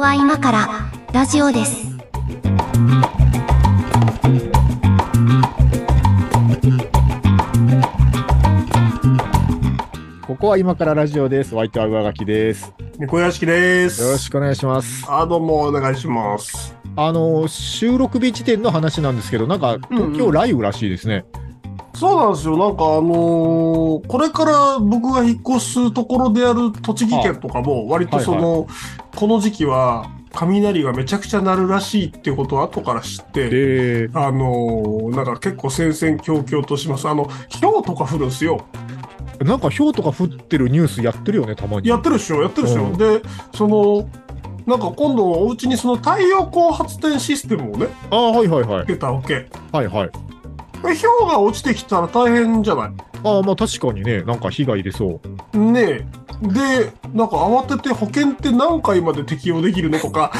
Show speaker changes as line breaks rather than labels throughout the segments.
は今からラジオです。
ここは今からラジオです。ワイトア上書きです。
猫屋敷です。
よろしくお願いします。
あ、どうもお願いします。
あの、収録日時点の話なんですけど、なんか、
うんうん
東京雷雨らしいですね。
そうなんですよ。なんかあのーこれから僕が引っ越すところである栃木県とかも、割とその、この時期は雷がめちゃくちゃ鳴るらしいっていうことを後から知って、
で、
あのーなんか結構戦々恐々とします。あの、氷とか降るんですよ。
なんか氷とか降ってるニュースやってるよね、たまに。
やってるっしょ、やってるっしょ。
うん
で、その、なんか今度お家にその太陽光発電システムをね、
ああ、はいはいはい
つ。けたわけ。
はいはい。
でひょうが落ちてきたら大変じゃない
ああ、まあ確かにね、なんか被害出そう。
ねえでなんか慌てて保険って何回まで適用できるのとか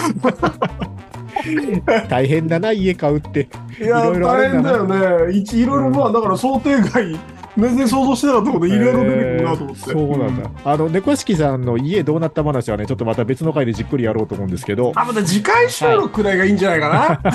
大変だな、家買うって。
いや
いろいろあ
大
るん
変
だ
だ
な
よねいちいろいろまあ、
うん
だから想定外全然想像してなかったこといろいろ出てくるなと思って、
えーそうなんだ。あの、猫屋敷さんの家どうなった話はね、ちょっとまた別の回でじっくりやろうと思うんですけど、
あまた次回収録くらいがいいんじゃないかな、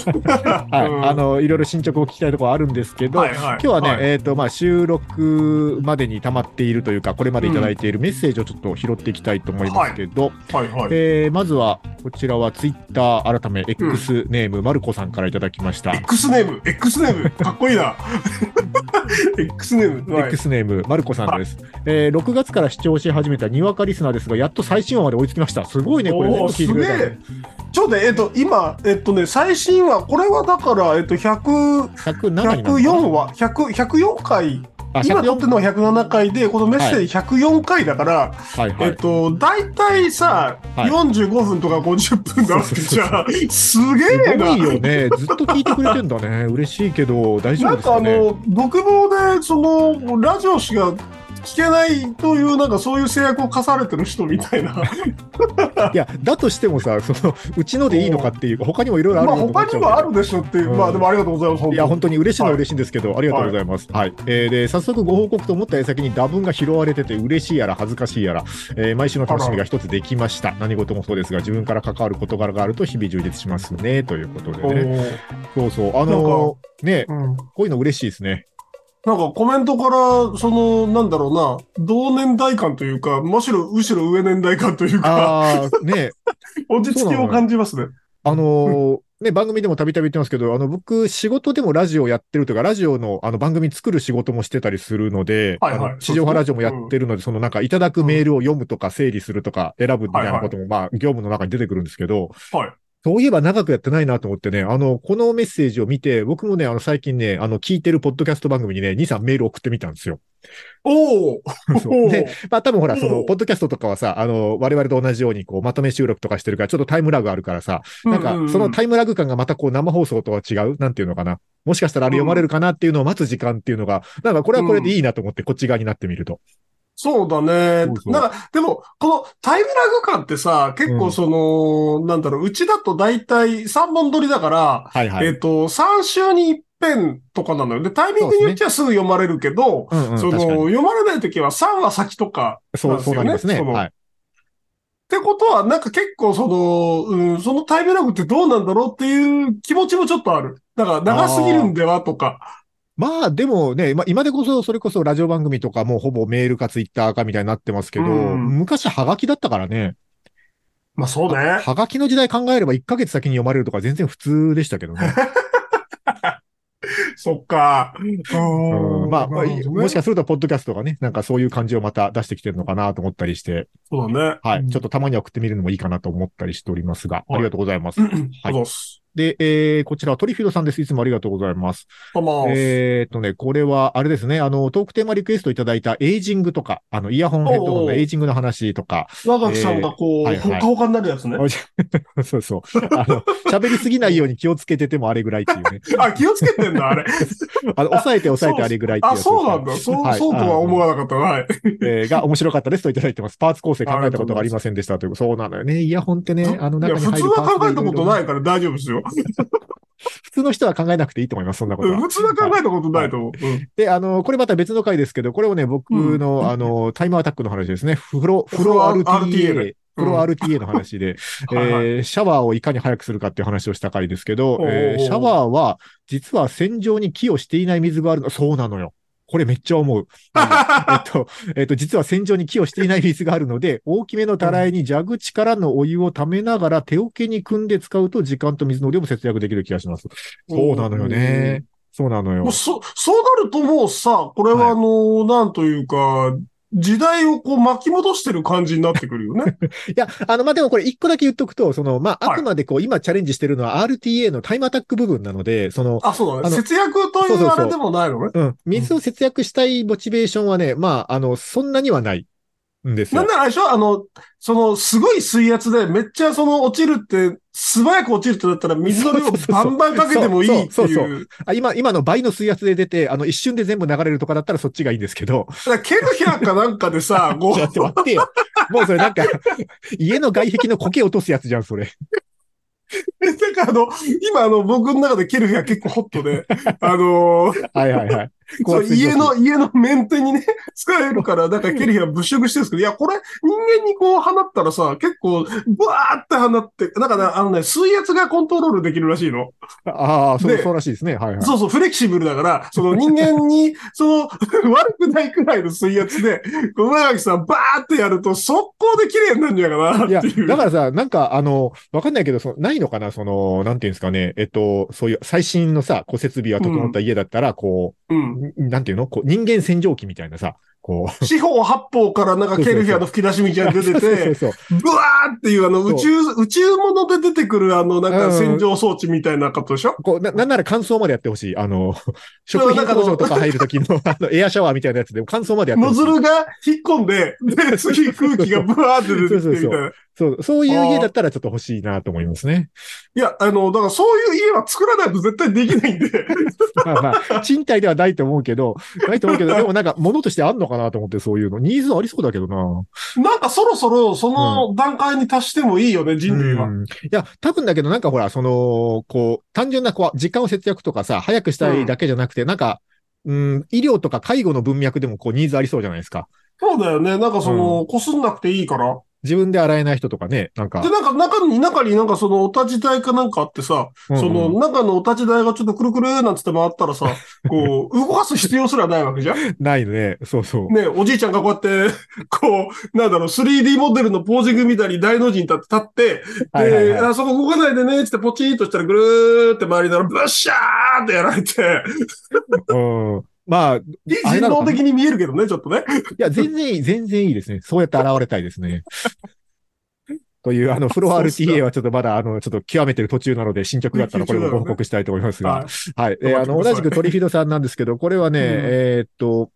はい。
うん
あの、いろいろ進捗を聞きたいところあるんですけど、
はいはい
今日はね、
はい
えっ、と、まあ、収録までに溜まっているというか、これまでいただいているメッセージをちょっと拾っていきたいと思いますけど、
はいはい
えーまずは、こちらはツイッター改め X ネーム、まるこさんからいただきました。
X ネーム X ネームかっこいいな X ネーム、はい
X ネーム、まるこさんです、えー6月から視聴し始めたにわかリスナーですが、やっと最新話まで追いつきました。すごいね、これ、ね、
おー
聞いてくれた
すげ
の
え。ちょっとえっと今えっとね最新話これはだからえっと100
107になるのかな
104話100 104回
あ、
今撮って
104
るのは107回でこのメッセージ104回だから、
はいは
えっ
い。
と大体さ、
はい
45分とか50分だわけじゃんすげえ
すご
ない
よね。ずっと聞いてくれてんだね。嬉しいけど、大丈
な
夫
ん
です
か
か
あ
ね。
の独房でそのラジオしか聞けないというなんかそういう制約を課されてる人み たいな
いや、だとしてもさ、そのうちのでいいのかっていう、他にもいろいろある
まあ
よと思
他
っちゃうけ
に
ど
もあるでしょっていう、
うん
まあでもありがとうございます本当
い
に
や、本当に嬉しいのは
はい
嬉しいんですけど、ありがとうございます。はい。えーで、早速ご報告と思った矢先に打分が拾われてて、嬉しいやら恥ずかしいやら、えー毎週の楽しみが一つできました。何事もそうですが、自分から関わる事柄があると日々充実しますね、ということで
お
ね。
ー
そうそう。あのーね、
うん
こういうの嬉しいですね。
なんかコメントから、その、なんだろうな、同年代感というか、むしろ、むしろ上年代感というか、
ああ、ね、
落ち着きを感じますね。
あのーね、番組でもたびたび言ってますけど、あの、僕、仕事でもラジオやってるというか、ラジオのあの番組作る仕事もしてたりするので、
はいはい
あの地上波ラジオもやってるので、そのなんか、いただくメールを読むとか、整理するとか、選ぶみたいなことも、まあ、業務の中に出てくるんですけど、
はい。
そういえば長くやってないなと思ってね、あの、このメッセージを見て、僕もね、あの、最近ね、あの、聞いてるポッドキャスト番組にね、2、3メール送ってみたんですよ。
おお
そうで、まあ多分ほら、そ
お
の、
う
ポッドキャストとかはさ、あの、我々と同じように、こう、まとめ収録とかしてるから、ちょっとタイムラグあるからさ、なんか、そのタイムラグ感がまたこう生放送とは違う、なんていうのかな。もしかしたらあれ読まれるかなっていうのを待つ時間っていうのが、なんかこれはこれでいいなと思って、こっち側になってみると。
そうだね
そう。そう
なんか、でも、このタイムラグ感ってさ、結
うん
構その、なんだろう、うちだと大体3本撮りだから、
はいはい。
えっと、3週に一遍とかなのよ。で、タイミングによっちゃすぐ読まれるけど、
うんうん、
そ
確
の、
かに。
読まれないときは3話先とか、
そう、そうなりますね。
その
はい。
ってことは、なんか結構その、うん、そのタイムラグってどうなんだろうっていう気持ちもちょっとある。だから長すぎるんではとか。
まあでもね、まあ今でこそ、それこそラジオ番組とかもうほぼメールかツイッターかみたいになってますけど、
うん
昔はがきだったからね。
まあそうね。
はがきの時代考えれば1ヶ月先に読まれるとか全然普通でしたけど ね。
そっか。
う
うんん
まあ、まあ
なるほどね
もしかすると、ポッドキャストがね、なんかそういう感じをまた出してきてるのかなと思ったりして、
そうだね。
はい。ちょっ
っ
とたまには送ってみるのもいいかなと思ったりしておりますが、
はい
ありがとうございます。はい
そうっす。
で、えー、こちらはトリフィードさんです。いつもありがとうございます。
どうも。
えーっとね、これは、あれですね、あの、トークテーマリクエストいただいたエイジングとか、あの、イヤホンヘッドホンのエイジングの話とか、
長木さんがこう、
えーはい
ほ
はい
っかほかになるやつね。
そうそう、あの、喋りすぎないように気をつけててもあれぐらいっていうね。
あ、気をつけてんだ、 あれ。
あの、抑えて抑えてあれぐらいっていう
あ、
やつ
そうなんだ。そう、
はい
そうとは思わなかったな。はい。
えーが面白かったですといただいてます。パーツ構成考えたことがありませんでしたという。そうなのよね。イヤホンってね、あの
いや、
中に
普
入
通
るパー
は
ツ。
考えたことないいから大丈夫ですよ。
普通の人は考えなくていいと思います、そんなこと
うん
は。
普通は考えたことないと思う。うん
で、あの、これまた別の回ですけど、これをね、僕の、
うん
あの、タイムアタックの話ですね。フロ、フロ
フロ
RTA。これは RTA の話 で、え
はいはい
ーシャワーをいかに早くするかっていう話をした回ですけど、え
おうおうおう
ーシャワーは、実は洗浄に寄与していない水があるの。そうなのよ。これめっちゃ思う。えっ と、えっと、実は洗浄に寄与していない水があるので、大きめのたらいに蛇口からのお湯を溜めながら手桶に汲んで使うと時間と水の量も節約できる気がします。そうなのよね。そうなのよ
もう。そ、そうなるともうさ、これ
はい
はあのーなんというか、時代をこう巻き戻してる感じになってくるよね。
いや、あの、まあ、でもこれ一個だけ言っとくと、その、まあ、
はい
あくまでこう、今チャレンジしてるのは RTA のタイムアタック部分なので、その、
あ、そうだ
あ
ね。
の
節約と
そうそう
いう
そう
あれでもないのね。
うん、水を節約したいモチベーションはね、まあ、あの、そんなにはないんです
な
よ
ん。ならあれでしょあの、その、すごい水圧で、めっちゃその、落ちるって、素早く落ちるってなったら、水の量
そうそうそう
バンバンかけてもいいって
そう
い。
そうあ今、今の倍の水圧で出て、あの、一瞬で全部流れるとかだったらそっちがいいんですけど、
だからケルヒャーかなんか でさ、こ
ちょっと
う、
待ってよ。もうそれなんか、 家の外壁の苔落とすやつじゃん、それ。
だからあの、今あの、僕の中でケルヒャー結構ホット で、あのー
はいはい はい。
そ
高
う
圧水
家
道
の、家のメンテにね、使え るから、なんかケルヒャー物色してるんですけど、いや、これ、人間にこう放ったらさ、結構、ブワーって放って、なんかね、あのね、水圧がコントロールできるらしいの。
水。ああ、そう、
で
そうらしいですね。はいはい。
そうそう、フレキシブルだから、その人間 に、その、悪くないくらいの水圧で、この長木さん、バーってやると、速攻で綺麗になるんじゃないか
い
な
や、
っていう。
だからさ、なんか、あの、わかんないけど、その、ないのかなその、なんていうんですかね。えっと、そういう最新のさ、こう、設備が整った家だったら、こ
うん。
う、んなんていうのこう、人間洗浄機みたいなさ、こう。
四方八方からなんかケルヒャーの吹き出しみたいなの出
そ
て
う
て、
そう
ブワーっていうあの
そう
宇宙、宇宙物で出てくるあのなんか洗浄装置みたいなことでしょ、
こうな、なんなら乾燥までやってほしい。あの、食品工場とか入るときの、あの、エアシャワーみたいなやつで、乾燥までやって
ノ
ほしい
ズ。ルが引っ込んで、で、次空気がブワーって出てきてみたい
そうそう
な。
そう、そういう家だったらちょっと欲しいなと思います ね。
いや、あの、だからそういう家は作らないと絶対できない んで。
まあまあ、賃貸ではないと思うけど、ないと思うけど、でもなんか物としてあんのかなと思ってそういうの。ニーズありそうだけどな。
なんかそろそろその段階に達してもいいよね、人類は。
うんいや、多分だけど、なんかほら、その、こう、単純な、こう、時間を節約とかさ、早くしたいだけじゃなくて、なんか、うん、医療とか介護の文脈でも、こう、ニーズありそうじゃないですか。
そうだよね。なんかその、こすんなくていいから。
自分で洗えない人とかね、なんか
で、。なんか中に、中になんかそのお立ち台かなんかあってさ、
うんうん
その中のお立ち台がちょっとくるくるなんつって回った らさ、こう、動かす必要すらないわけじゃん
ないね。そうそう。
ねおじいちゃんがこうやって、 こう、なんだろう、3D モデルのポージングみたいに大の字に立って、立って、
はいはいはい
で、あそこ動かないでね、つってポチーンとしたらぐるーって回りながら、ブッシャーってやられて、
うん。まあ、い
非
あれな
人
のか
道
な
的に見えるけどね、ちょっとね。
や、全然いい、全然いいですね。そうやって現れたいですね。 という、あの、フロア
そうっすか
RTA はちょっとまだ、あの、ちょっと極めてる途中なので、進捗があったらこれもご報告したいと思いますが
は。い
はい。えーあ
頑張って
の、
くださ
同
い
じくトリフィドさんなんですけど、これはね、
うん
えーっと、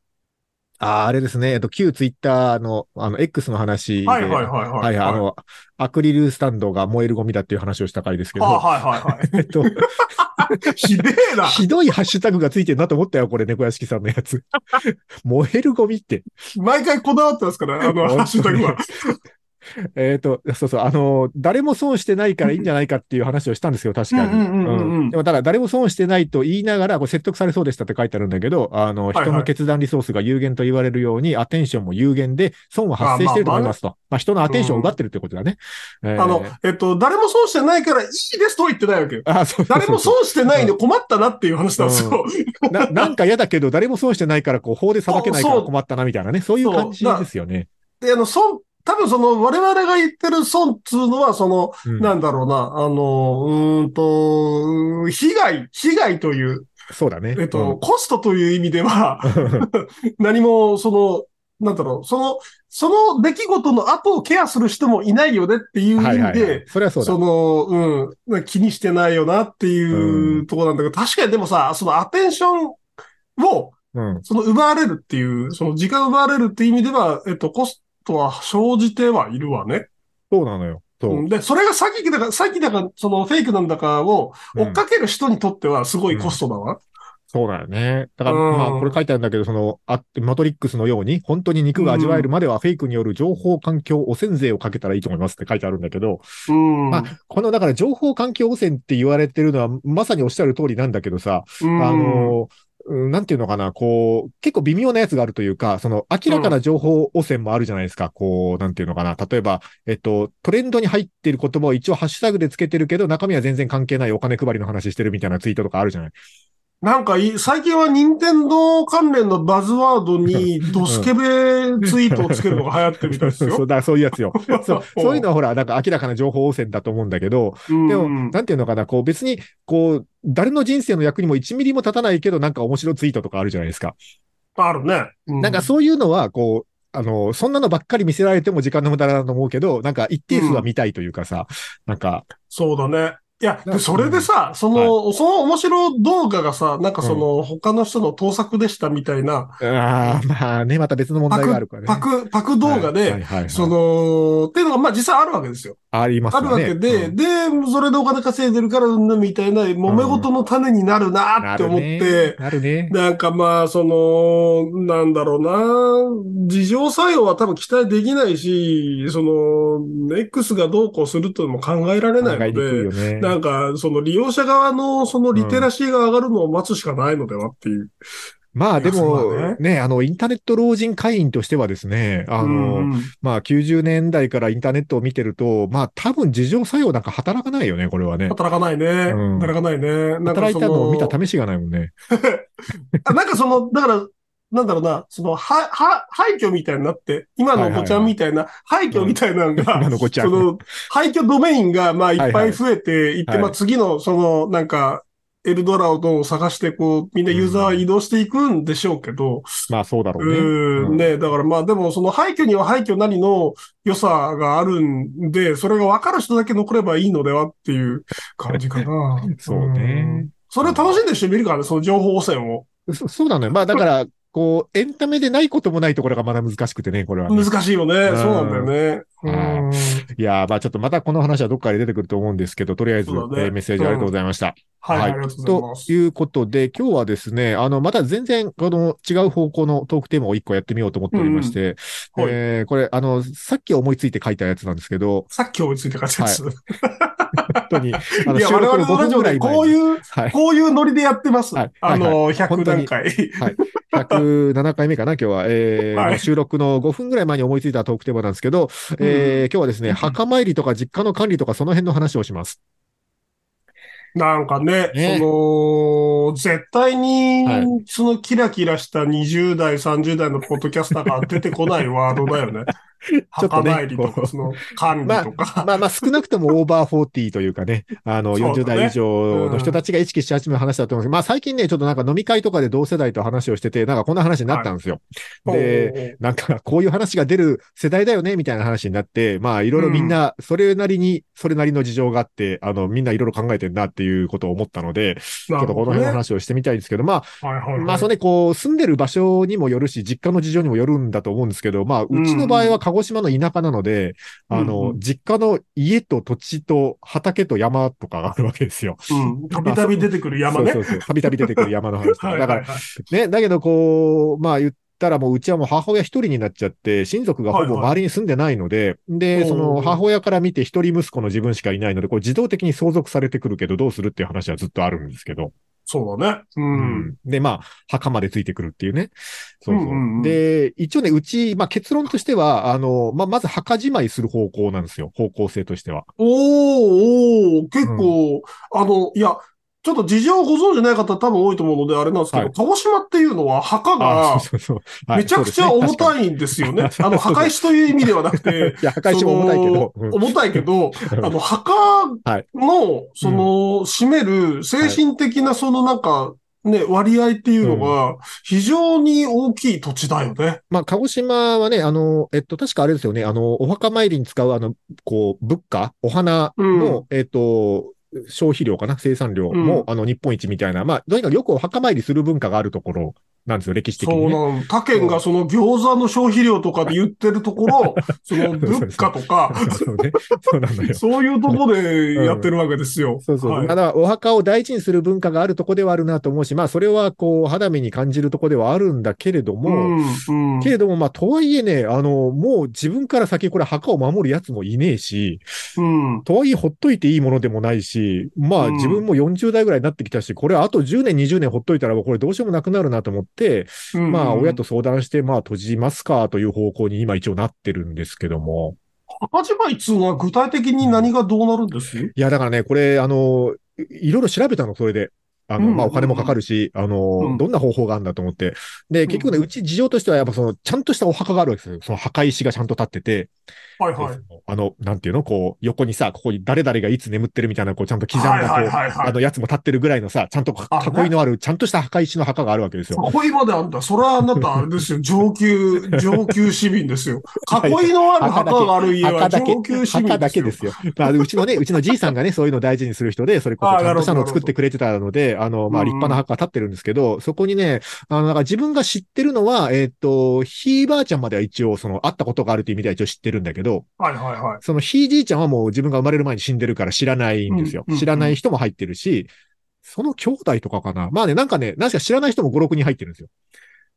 あーあれですね、えっと、旧ツイッターの、あの、X の話で、
はいはいはいはい。
はいあの、アクリルスタンドが燃えるゴミだっていう話をした回ですけ
あ
ど、
はいはいは い。
えっ と、
ひでえな。
ひどいハッシュタグがついてるなと思ったよ、これ、猫屋敷さんのや つ。燃えるゴミって。
毎回こだわってますから、 あの、ハッシュタグは。
えーっと、そうそう、あの、誰も損してないからいいんじゃないかっていう話をしたんですよ、確かに。
うんうんうんうんうん
でも、ただ、誰も損してないと言いながら、こう説得されそうでしたって書いてあるんだけど、あの、
いはい
人の決断リソースが有限と言われるように、アテンションも有限で、損は発生してると思いますと。まあ、人のアテンションを奪ってるってことだね。えー
あの、えっと、誰も損してないからいいですとは言ってないわけよ。
あ、 そうそうそう
誰も損してないんで困ったなっていう話なんですよ。
ななんか嫌だけど、誰も損してないから、こう、法で裁けないから困ったな、みたいなね。そういう感じですよね。
で、あの、損、多分その、我々が言ってる損っつうのは、その、
うん
なんだろうな、あの、うーんと、うー被害、被害という、
そうだね。
えっ
う
と、
ん
コストという意味 では、何も、その、なんだろう、その、その出来事の後をケアする人もいないよねっていう意
はい
味
はいはい
で、。
それはそうだ
そ。の、うん、気にしてないよなっていううところなんだけど、確かにでもさ、そのアテンションを、
うん。
その奪われるっていう、その時間奪われるっていう意味では、えっと、コストは生じてはいるわね。
そうなのよ。そう。
うんで、それが詐欺だか、詐欺だか、そのフェイクなんだかを
うん
追っかける人にとってはすごいコストだわ。
そうだよね。だから、
うん
まあ、これ書いてあるんだけど、その、あマトリックスのように、本当に肉が味わえるまでは、フェイクによる情報環境汚染税をかけたらいいと思いますって書いてあるんだけど、
うん。
まあ、この、だから情報環境汚染って言われてるのは、まさにおっしゃる通りなんだけどさ、
うん
あの、うんなんていうのかな、こう、結構微妙なやつがあるというか、その明らかな情報汚染もあるじゃないですか、こう、なんていうのかな、例えば、えっと、トレンドに入ってる言葉を一応ハッシュタグでつけてるけど、中身は全然関係ないお金配りの話してるみたいなツイートとかあるじゃない。
なんかい、最近は任天堂関連のバズワードに、ドスケベツイートをつけるのが流行ってるみたいです
そう、
よ。
だからそういうやつよ。 そう、そういうのはほら、なんか明らかな情報汚染だと思うんだけど、で
う
も、
ん
なんていうのかな、こう別に、こう、誰の人生の役にも1ミリも立たないけど、なんか面白いツイートとかあるじゃないですか。
あるね。う
なんか、そういうのは、こう、あの、そんなのばっかり見せられても時間の無駄だと思うけど、なんか一定数は見たいというかさ、なんか、
そうだね。いや、
なんか
でそれでさ、その、その面白動画がさ、なんかその、他の人の盗作でしたみたいな、
ああ、まあね、また別の問題があるからね。
パク、パク動画
はい
で、
はいはい
その、っていうのが、まあ実際あるわけですよ。
あります
あ
よ
る
ね。
わけで、
うん
で、それでお金稼いでるから、うんぬんみたいな、揉め事の種になるなって思って、
なるね。
なんかまあ、その、なんだろうな、事情作用は多分期待できないし、その、X がどうこうするというのも考えられ
な
なん
か
い
言いにくい
の
よ
で、
ね。
なんか、その利用者側のそのリテラシーが上がるのを待つしかないのではっていう。
まあで
いやそうだ
も
ね、
ね、あの、インターネット老人会員としてはですね、あ
う
の、
ん
まあ90年代からインターネットを見てると、まあ多分事情作用なんか働かないよね、これはね。
働かないね。
ん
働かないね。なんか
働
そ
いたのを見た
の、
試しがないもんね。
あなんかその、だから、なんだろうな、その、は、は、廃墟みたいになって、今のごちゃんみたいな、廃墟みたいなのが、
今のごちゃ
その、廃墟ドメインが、まあ、いっ
は
ぱ
いはい
い増えていって、
はい
まあ、次の、その、なんか、エルドラドを探して、こう、みんなユーザーは移動していくんでしょうけど、
まあそうだろ
う
うね。
ー
うん。
ん、ね、だからまあ、でも、その廃墟には廃墟なりの良さがあるんで、それが分かる人だけ残ればいいのではっていう感じかな
そうね
うん。それを楽しんでる人見るからね、その情報汚染を。
そそうなのよ。まあだから、こう、エンタメでないこともないところがまだ難しくてね、これはね、
難しいよね
う。ん
そうなんだよね。うん。
いやーまあちょっとまたこの話はどっかで出てくると思うんですけど、とりあえず、
そうだね
えーメッセージありがとうございました。
はい、
は
あ
い
りがとうございま
と
す。
いうことで、今日はですね、あの、また全然、この違う方向のトークテーマを一個やってみようと思っておりまして、
うんうんはい
えーこれ、あの、さっき思いついて書いたやつなんですけど、
さっき追いついた感じです。
本当に、あの、
いや、
収
我
録
々
の5
のラ
分
ジ
ぐ
オ
らい
で
前に
こういう、
はい、
こういうノリでやってます。
はい
あの、
本
100
当に
段階。
107回目かな、今日は。えー
はい
まあ収録の5分ぐらい前に思いついたトークテーマなんですけど、えー今日はですね、
うん
墓参りとか実家の管理とかその辺の話をし ます。
なんかね、
ね
その、絶対に
はい、
そのキラキラした20代、30代のポッドキャスターが出てこないワードだよね。
ちょっと
墓
ね
参りと
こう
か、その、管理とか。
まあまあ少なくともオーバー40というかね、あの
そうだね
40代以上の人たちが意識し始める話だと思うんですけど、まあ最近ね、ちょっとなんか飲み会とかで同世代と話をしてて、なんかこんな話になったんですよ。で、なんかこういう話が出る世代だよね、みたいな話になって、まあいろいろみんなそれなりに、それなりの事情があって、あのみんないろいろ考えてるなっていうことを思ったので、
ち
ちょっとこの辺の話をしてみたいんですけど、まあ
はいはいはい
まあ、それね、こう、住んでる場所にもよるし、実家の事情にもよるんだと思うんですけど、まあ、うちの場合は鹿児島の田舎なので、
うん
あの
う、ん
実家の家と土地と畑と山とかがあるわけですよ。
うん。たびたび出てくる山ね。
そうそうそう。たびたび出てくる山の話。
はい
だから、ね、だけどこう、まあ言ったらもううちはもう母親一人になっちゃって、親族がほぼ
はいはい
周りに住んでないので、で、その
おー
母親から見て一人息子の自分しかいないので、こう自動的に相続されてくるけど、どうするっていう話はずっとあるんですけど。
そうだね。うん。
で、まあ、墓までついてくるっていうね。そうそう。
うんうんうん
で、一応ね、うち、まあ結論としては、あの、まあ、まず墓じまいする方向なんですよ。方向性としては。
おー、おー、結構、あの、いや、ちょっと事情をご存じない方多分多いと思うので、あれなんですけ
は
ど、
い
鹿児島っていうのは墓が
あ、 そうそうそう。はい
めちゃくちゃ重たいんですよね。
そうですね
あの、
そ
破
うそう
壊石という意味ではなく
そうで
て、
すね確かにいや、墓石も重たいけど。
そ
うん
の重たいけど、あの、墓
はい
の、その、占める精神的な、そのなんか、ね、割合っていうのが、非常に大きい土地だよね。
まあ、鹿児島はね、あの、えっと、確かあれですよね、あの、お墓参りに使う、あの、こう、物価、お花の、えっと、消費量かな、生産量も、あの、日本一みたいな、まあ、とにかくよくお墓参りする文化があるところなんですよ、歴史的
そ
に、
う
ね。
なん、他県がその餃子の消費量とかで言ってるところ、 その物価とか、
そうね。そうなのよ。
そういうところでやってるわけですよ。
そうそう。
はい
だから、お墓を大事にする文化があるとこではあるなと思うし、まあ、それは、こう、肌身に感じるとこではあるんだけれど
う
も、
ん、うん。
けれども、まあ、とはいえね、あの、もう自分から先、これ墓を守るやつもいねえし、
うん。
とはいえ、ほっといていいものでもないし、ま
う
あ、
ん
自分も40代ぐらいになってきたし、これあと10年、20年ほっといたら、もうこれどうしようもなくなるなと思って、
うん
まあ、親。と相談して、まあ、閉じますか、という方向に今一応なってるんですけども。
墓じまいっつうのは具体的に何がどうなるんです
いや、だからね、これ、あの、いいろいろ調べたの、それで。あの、
うん
まあ、お金もかかるし、あの、
うん
どんな方法があるんだと思って。で、結局ね、うち事情としては、やっぱその、ちゃんとしたお墓があるわけですよ。その墓石がちゃんと立ってて、
はいはい。
あの、なんていうのこう、横にさ、ここに誰々がいつ眠ってるみたいな、こう、ちゃんと刻ん
はい
だ、
はい
こ、
はいう
あ
は
の、やつも立ってるぐらいのさ、ちゃんと
あね
囲いのある、ちゃんとした墓石の墓があるわけですよ。
い。囲いまであんだ。それはあなた、あれですよ。上級、 上級市民ですよ。囲いのある墓がある家は
墓だけ
上級市民ですよ。
墓だけですよ。まあ、うちのね、うちのじいさんが ね、そういうのを大事にする人で、それこ
あ
そ
ー
ちゃんとしたの
なるほど
を作ってくれてたので、あの、まあ、
うん
立派な墓が立ってるんですけど、そこにね、あの、なんか自分が知ってるのは、えっ、と、ひいばあちゃんまでは一応、その、会ったことがあるという意味では一応知ってるんだけど、
はいはいはい。
そのひいじいちゃんはもう自分が生まれる前に死んでるから知らないんですよ
うんうんう。ん
知らない人も入ってるし、その兄弟とかかな。まあね、なんかね、なぜか知らない人も5、6人入ってるんですよ。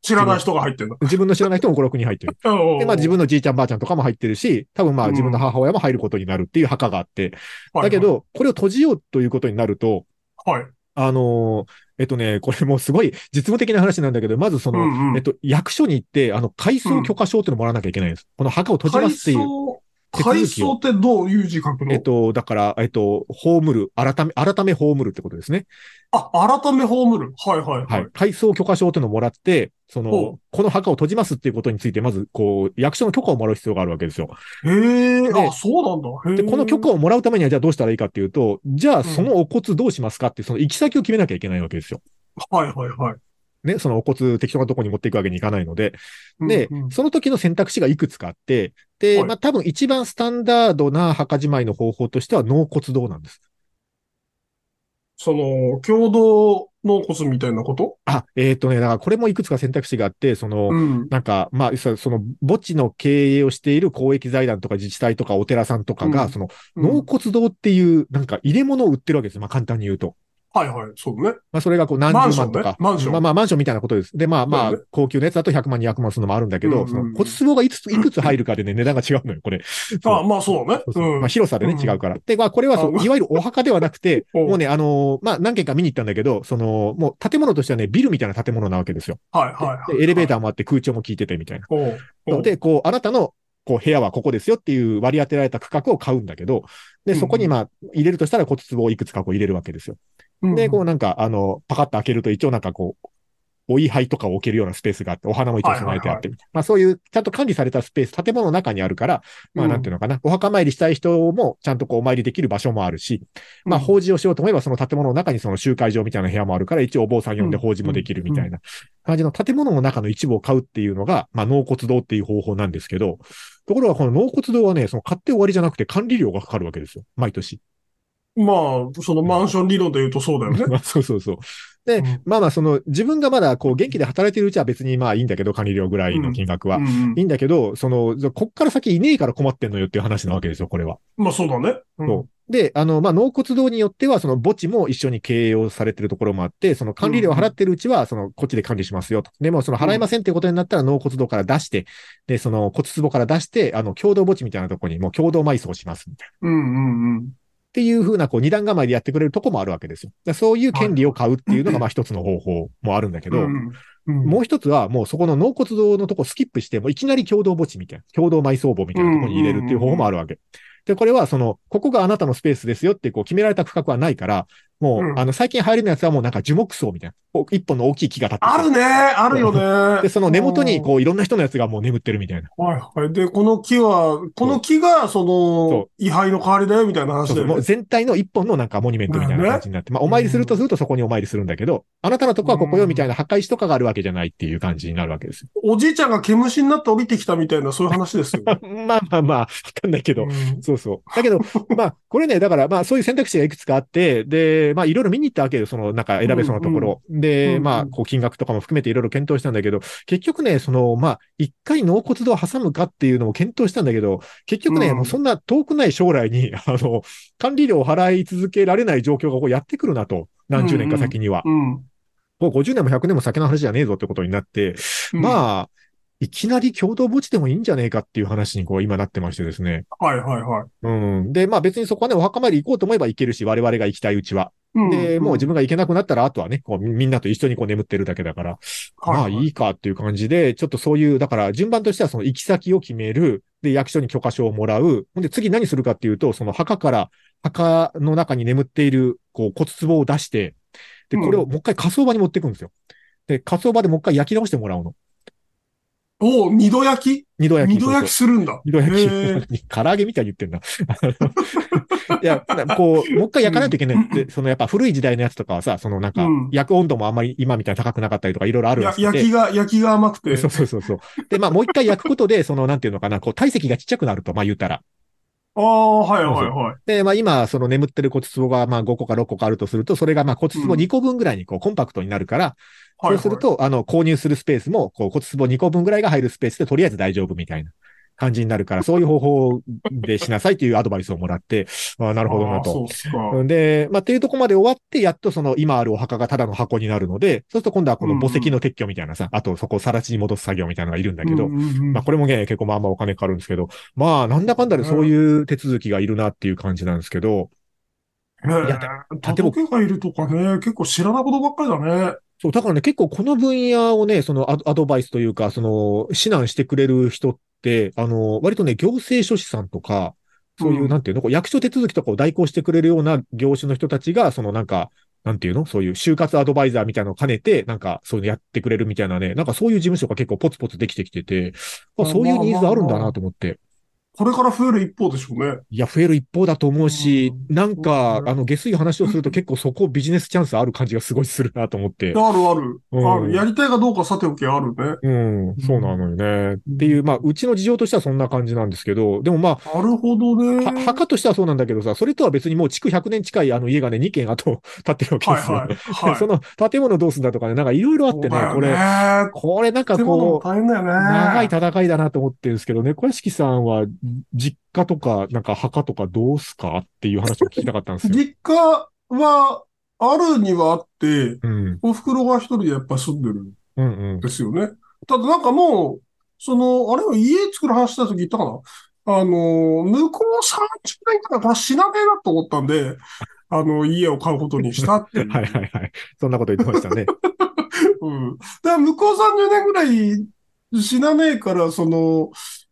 知らない人が入ってんだ。
自分の知らない人も5、6人入ってる。で、まあ自分のじいちゃんばあちゃんとかも入ってるし、多分まあ自分の母親も入ることになるっていう墓があって、だけど、これを閉じようということになると、
はいはい、はい。
あのーえっとね、これもうすごい実務的な話なんだけど、まずその、
うんうん
えっと、役所に行って、あの、改装許可証っていうのもらわなきゃいけないんです。この墓を閉じますっていう。手続きを
階層ってどういう字書くの、
えっと、だから、えっと、葬る、改め、改め葬るってことですね。
あ、改め葬る。はいはいは
はいい。。改装許可証っていうのをもらって、そ
ほう
の、この墓を閉じますっていうことについて、まず、こう、役所の許可をもらう必要があるわけですよ。
へえ、
で
あ、そうなんだ。へ
で、
え。
この許可をもらうためには、じゃあどうしたらいいかっていうと、じゃあそのお骨どうしますかっていう、その行き先を決めなきゃいけないわけですよ。
はいはいはい。
ね、そのお骨適当なとこに持っていくわけにいかないので。
うん
で
うん、
その時の選択肢がいくつかあって、で、
はい
まあ多分一番スタンダードな墓じまいの方法としては、納骨堂なんです。
その、共同納骨みたいなこと
あ、えっ、とね、だからこれもいくつか選択肢があって、その、
うん。
なんか、まあ、そその墓地の経営をしている公益財団とか自治体とかお寺さんとかが、
うん
その
うん
納骨堂っていう、なんか入れ物を売ってるわけです。まあ、簡単に言うと。
はいはい、そうね。
まあ、それがこう何十万とか。
マンションねマンション
まあまあ、マンションみたいなことです。で、まあま
そう
あ
ね、
高級なやつだと100万、200万するのもあるんだけ
うんうん
ど、
うん
その骨壺がいくつ、いくつ入るかでね、値段が違うのよ、これ。そう
あ、まあそうだ
そ
ね。
う
う。
そうんまあ、広さでね、
うん
違うから。で、まあ、これはそ
あ
う、いわゆるお墓ではなくて
、おう
もうね、あのーまあ、何軒か見に行ったんだけど、その、もう建物としてはね、ビルみたいな建物なわけですよ。
はいはい。
でエレベー
ー。
ターもあって空調も効いててみたいな。
おうおう
で、こう、あなたの、こう、部屋はここですよっていう割り当てられた区画を買うんだけど、で、そこにまあ、入れるとしたら骨壺をいくつかこう入れるわけですよ。
うん
で、こうなんか、あの、パカッと開けると一応なんかこう、お位牌とかを置けるようなスペースがあって、お花も一応備えてあって、まあそういう、ちゃんと管理されたスペース、建物の中にあるから、まあなんていうのかな、お墓参りしたい人もちゃんとこうお参りできる場所もあるし、まあ
うん
法事をしようと思えばその建物の中にその集会場みたいな部屋もあるから、一応お坊さん呼んで
うん
法事もできるみたいな感じの建物の中の一部を買うっていうのが、まあ納骨堂っていう方法なんですけど、ところがこの納骨堂はね、その買って終わりじゃなくて管理料がかかるわけですよ、毎年。
まあ、そのマンション理論で言うとそうだよね。
まあそうそうそう。で、
うん
まあまあ、その、自分がまだ、こう、元気で働いてるうちは別にまあいいんだけど、管理料ぐらいの金額は。
うんうん
いいんだけど、その、こっから先いねえから困ってんのよっていう話なわけですよ、これは。
まあそうだね。うん
そうで、あの、まあ、納骨堂によっては、その墓地も一緒に経営をされてるところもあって、その管理料を払ってるうちは、その、こっちで管理しますよと。でも、その、払いませんっていうことになったら、納骨堂から出して、で、その、骨壺から出して、あの、共同墓地みたいなところに、もう共同埋葬します、みたいな。
うんうんうん。
っていうふうな、こう、二段構えでやってくれるとこもあるわけですよ。でそういう権利を買うっていうのが、まあ、一つの方法もあるんだけど、
うん、
もう一つは、もうそこの納骨堂のとこスキップして、もういきなり共同墓地みたいな、共同埋葬墓みたいなとこに入れるっていう方法もあるわけ。で、これはその、ここがあなたのスペースですよってこう決められた区画はないから、もう、
うん
あの、最近入れるやつはもうなんか樹木葬みたいな、こう一本の大きい木が立って
あるね、あるよね。
で、その根元にこういろんな人のやつがもう眠ってるみたいな。
うん。はいはい。で、この木は、この木が、その
そ、
位牌の代わりだよ、みたいな話
そうそ
だ
う、
よ
もう
ね。
全体の一本のなんかモニュメントみたいな感じになって、まあお参りするとするとそこにお参りするんだけど、あなたのとこはここよみたいな墓石とかがあるわけじゃないっていう感じになるわけですよ。
おじいちゃんが毛虫になって降りてきたみたいな、そういう話ですよ。
まあまあまあ、わかんないけど
う、ん
そうそう。だけど、まあ、これね、だから、まあ、そういう選択肢がいくつかあって、で、で、まあいろいろ見に行ったわけよ、そのなんか選べそうなところ。で、
うんうん
まあこう金額とかも含めていろいろ検討したんだけど、結局ね、そのまあ一回納骨堂挟むかっていうのも検討したんだけど、結局ね、
うん
もうそんな遠くない将来に、 あの、管理料を払い続けられない状況がこうやってくるなと、何十年か先には。
うん。
もう50年も100年も先の話じゃねえぞってことになって、
あ。
まあ、いきなり共同墓地でもいいんじゃねえかっていう話にこう今なってましてですね。
はいはいはい。
うん。で、まあ別にそこはね、お墓参り行こうと思えば行けるし、我々が行きたいうちは。
うん
で、もう自分が行けなくなったら、あとはね、こう、みみんなと一緒にこう眠ってるだけだから、まあい
い。
いかっていう感じで、ちょっとそういう、だから順番としてはその行き先を決める、で、役所に許可証をもらう、ほんで次何するかっていうと、その墓から、墓の中に眠っている、こう、骨壺を出して、で、これをもう一回火葬場に持っていくんですよ。で、火葬場でもう一回焼き直してもらうの。
おう二度焼き
二度焼き。
二度焼きするんだ。
二度焼
へ
き
ー。
唐揚げみたいに言ってんな。 あのいや、なこう、もう一回焼かないといけないって、そのやっぱ古い時代のやつとかはさ、そのなんか
うん、
焼く温度もあんまり今みたいに高くなかったりとかいろいろ あるんで
や
すけど。
焼きが、焼きが甘くて。
そうそうそうそう。で、まあもう一回焼くことで、そのなんていうのかな、こう体積がちっちゃくなると、まあ言うたら。
ああ、はいはいはい。
で、まあ今、その眠ってる骨壺がまあ5個か6個かあるとすると、それがまあ骨壺2個分ぐらいにこうコンパクトになるから、
はいはい
そうする、と、あの、購入するスペースも、こう骨壺2個分ぐらいが入るスペースでとりあえず大丈夫みたいな感じになるから、そういう方法でしなさいというアドバイスをもら って、ああな
な
るほどなと
そう。っすか。
で、まあ、っていうとこまで終わって、やっとその今あるお墓がただの箱になるので、そうすると今度はこの墓石の撤去みたいなさ、あとそこを更地に戻す作業みたいなのがいるんだけど、
うんうんうん
まあこれもね、結構まあまあお金かかるんですけど、まあなんだかんだでそういう手続きがいるなっていう感じなんですけど、
ね
いや
え、
だって僕
仏がいるとかね、結構知らないことばっかりだね。
そう、だからね、結構この分野をね、そのアドアドバイスというか、その指南してくれる人って、あの、割とね、行政書士さんとか、そういう、
うん
なんていうの、こう役所手続きとかを代行してくれるような業種の人たちが、そのなんか、なんていうのそういう就活アドバイザーみたいなのを兼ねて、なんか、そういうのやってくれるみたいなね、なんかそういう事務所が結構ポツポツできてきてて、まあ、そういうニーズあるんだなと思って。
これから増える一方でしょうね。
いや、増える一方だと思うし、
うん
なんか
う、ん
あの、下水話をすると結構そこビジネスチャンスある感じがすごいするなと思って。
あるある。
うん
ある。やりたいかどうかさておきあるね。
うん、そうなのよね。っていう、まあ、うちの事情としてはそんな感じなんですけど、でもま
なるほど
あ、
ね。
は墓としてはそうなんだけどさ、それとは別にもう築100年近い あの家がね、2軒後建ってるわけ
は
で
い
すよ。
はい。はい。
その建物どうすんだとかね、なんかいろいろあってね、これ、
れ。
これなんか
建物も
こう、
大変だよね。
長い戦いだなと思ってるんですけどね、小屋敷さんは実家とか、なんか墓とかどうすかっていう話を聞きたかったんですよ。
実家は、あるにはあって、
うん、
お袋が一人でやっぱ住んでるん
うん、うん。
ですよね。ただなんかもう、その、あれは家作る話した時言ったかなあの、向こう30年間から死なねえなと思ったんで、あの、家を買うことにしたっていう。
はいはいはい。そんなこと言ってました ね。
うん。だから向こう30年ぐらい死なねえから、その、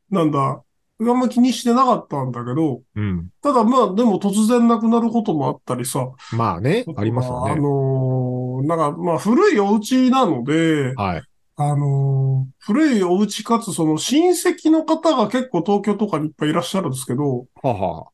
なんだ、あんま気にしてなかったんだけど、
うん。
ただまあ、でも突然亡くなることもあったりさ、
まあね、ありますよね。
あのーなんか、まあ、古いお家なので、
はい。
あのー古いお家かつ、その親戚の方が結構東京とかにいっぱいいらっしゃるんですけど、
はは。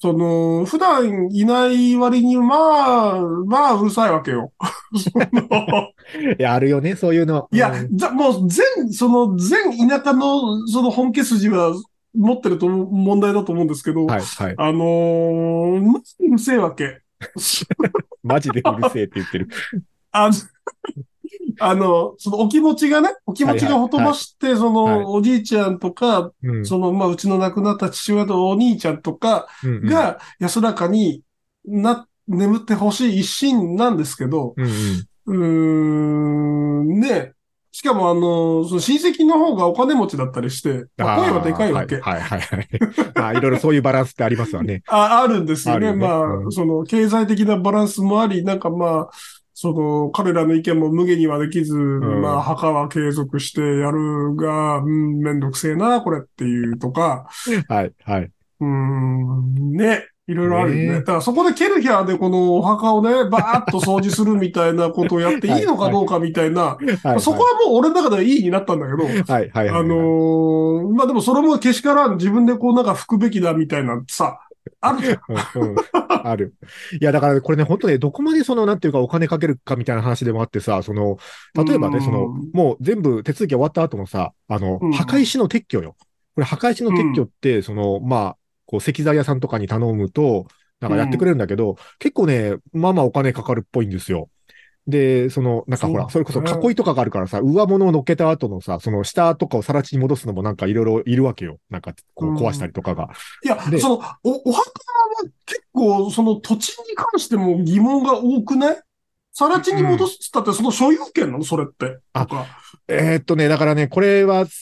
その、普段いない割に、まあ、まあ、うるさいわけよ。 その
いや、あるよね、そういうの。
いや
うん、
ざもう全、その、全田舎の、その本家筋は持ってると思う問題だと思うんですけど、
はい、はい。
あのー、マジでうるせえわけ。
マジでうるせえって言ってる。
あの、あの、そのお気持ちがね、お気持ちがほとばしって、その、
はい
おじいちゃんとか、
うん。
その、まあ、うちの亡くなった父親とお兄ちゃんとか
うんうん、
が安らかにな、眠ってほしい一心なんですけど、
うんうん。
うーん、ね、しかもあの、その親戚の方がお金持ちだったりして、ま
あ
あ
ー
声はでかいわけ。
はい、はい、はい。 まあ、いろいろそういうバランスってありますわね。
あ、あるんですよね。
あるよね
まあ、
うん
その、経済的なバランスもあり、なんかまあ、その、彼らの意見も無限にはできず、
ん
まあ、墓は継続してやるが、うん、めんどくせえな、これっていうとか、
はい、はい。
うーん、ね、いろいろあるよね。
ね
だからそこでケルヒャーでこのお墓をね、 バーッと掃除するみたいなことをやっていいのかどうかみたいな、
はい、
そこはもう俺の中ではいいになったんだけど、
はい、はい、はい。
あのーまあでもそれもけしからん自分でこうなんか拭くべきだみたいなさ、あるじゃん。
うん、うんある。いや、だからこれね、本当ね、どこまでその、なんていうか、お金かけるかみたいな話でもあってさ、その、例えば
う
ね、
ん
その、もう全部手続き終わった後のさ、あの
うん、
墓石の撤去よ。これ、墓石の撤去って、その、まあ、こう、石材屋さんとかに頼むと、なんかやってくれるんだけど、結構ね、まあまあお金かかるっぽいんですよ。で、その、なんかほら、そ
そう
れ
だ
こ
ね
そ囲いとかがあるからさ、上物を乗っけた後のさ、その下とかをさら地に戻すのもなんかいろいろいるわけよ。なんかこう壊したりとかが。
いや、
で
その、お、お墓は結構、その土地に関しても疑問が多くない更地に戻すっつったって、その所有権なのそれって。
あ
とか。
えーっとね、だからね、これは、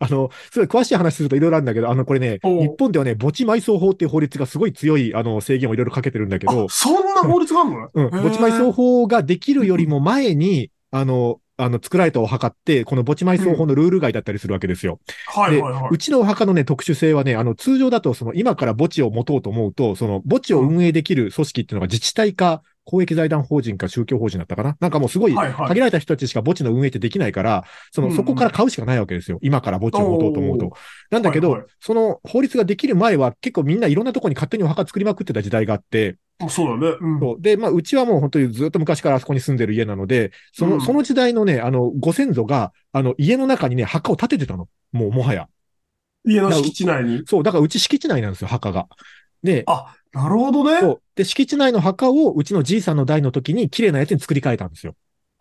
あの、すごい詳しい話するといろいろあるんだけど、あの、これね、
おう
日本ではね、墓地埋葬法っていう法律がすごい強い、あの、制限をいろいろかけてるんだけ
あ
ど、、
そんな法律があるのね。
うん、
へー
墓地埋葬法ができるよりも前に、あの、あの、作られたお墓って、この墓地埋葬法のルール外だったりするわけですよ。
はい
で。
はいはいう
ちのお墓のね、特殊性はね、あの、通常だと、その、今から墓地を持とうと思うと、その、墓地を運営できる組織っていうのが自治体か、公益財団法人か宗教法人だったかななんかもうすごい、
はいはい。
限られた人たちしか墓地の運営ってできないから、そ
うん
の、
うん
そこから買うしかないわけですよ。今から墓地を持とうと思う
おー
と。なんだけど、
はいはい
その法律ができる前は結構みんないろんなとこに勝手にお墓作りまくってた時代があって、
もうそうだね。うん。
そうで、まあ、うちはもう本当にずっと昔からあそこに住んでる家なので、その、
うん
その時代のね、あの、ご先祖が、あの、家の中にね、墓を建ててたの。もう、もはや。
家の敷地内に。
そう、だからうち敷地内なんですよ、墓が。で、
あ、なるほど
そ
ね。
う。で、敷地内の墓をうちのじいさんの代の時に綺麗なやつに作り変えたんですよ。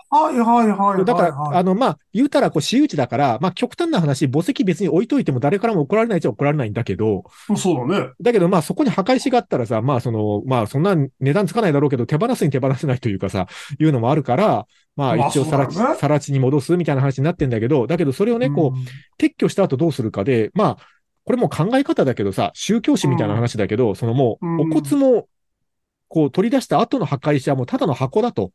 はいはいはいはい。
だから、
はい
あの、まあ、言うたら、こう、私有地だから、まあ、極端な話、墓石別に置いといても誰からも怒られないっちゃ怒られないんだけど、
もうそうだね。
だけど、まあ、そこに墓石があったらさ、まあ、その、まあ、そんな値段つかないだろうけど、手放すに手放せないというかさ、いうのもあるから、まあ、
まあ
一応さら地、
そうだね
さら地に戻すみたいな話になってんだけど、だけど、それをね、こう、
うん
撤去した後どうするかで、まあ、これも考え方だけどさ、宗教史みたいな話だけど、そのも
うん
う、お骨も、こう取り出した後の墓石はもうただの箱だと、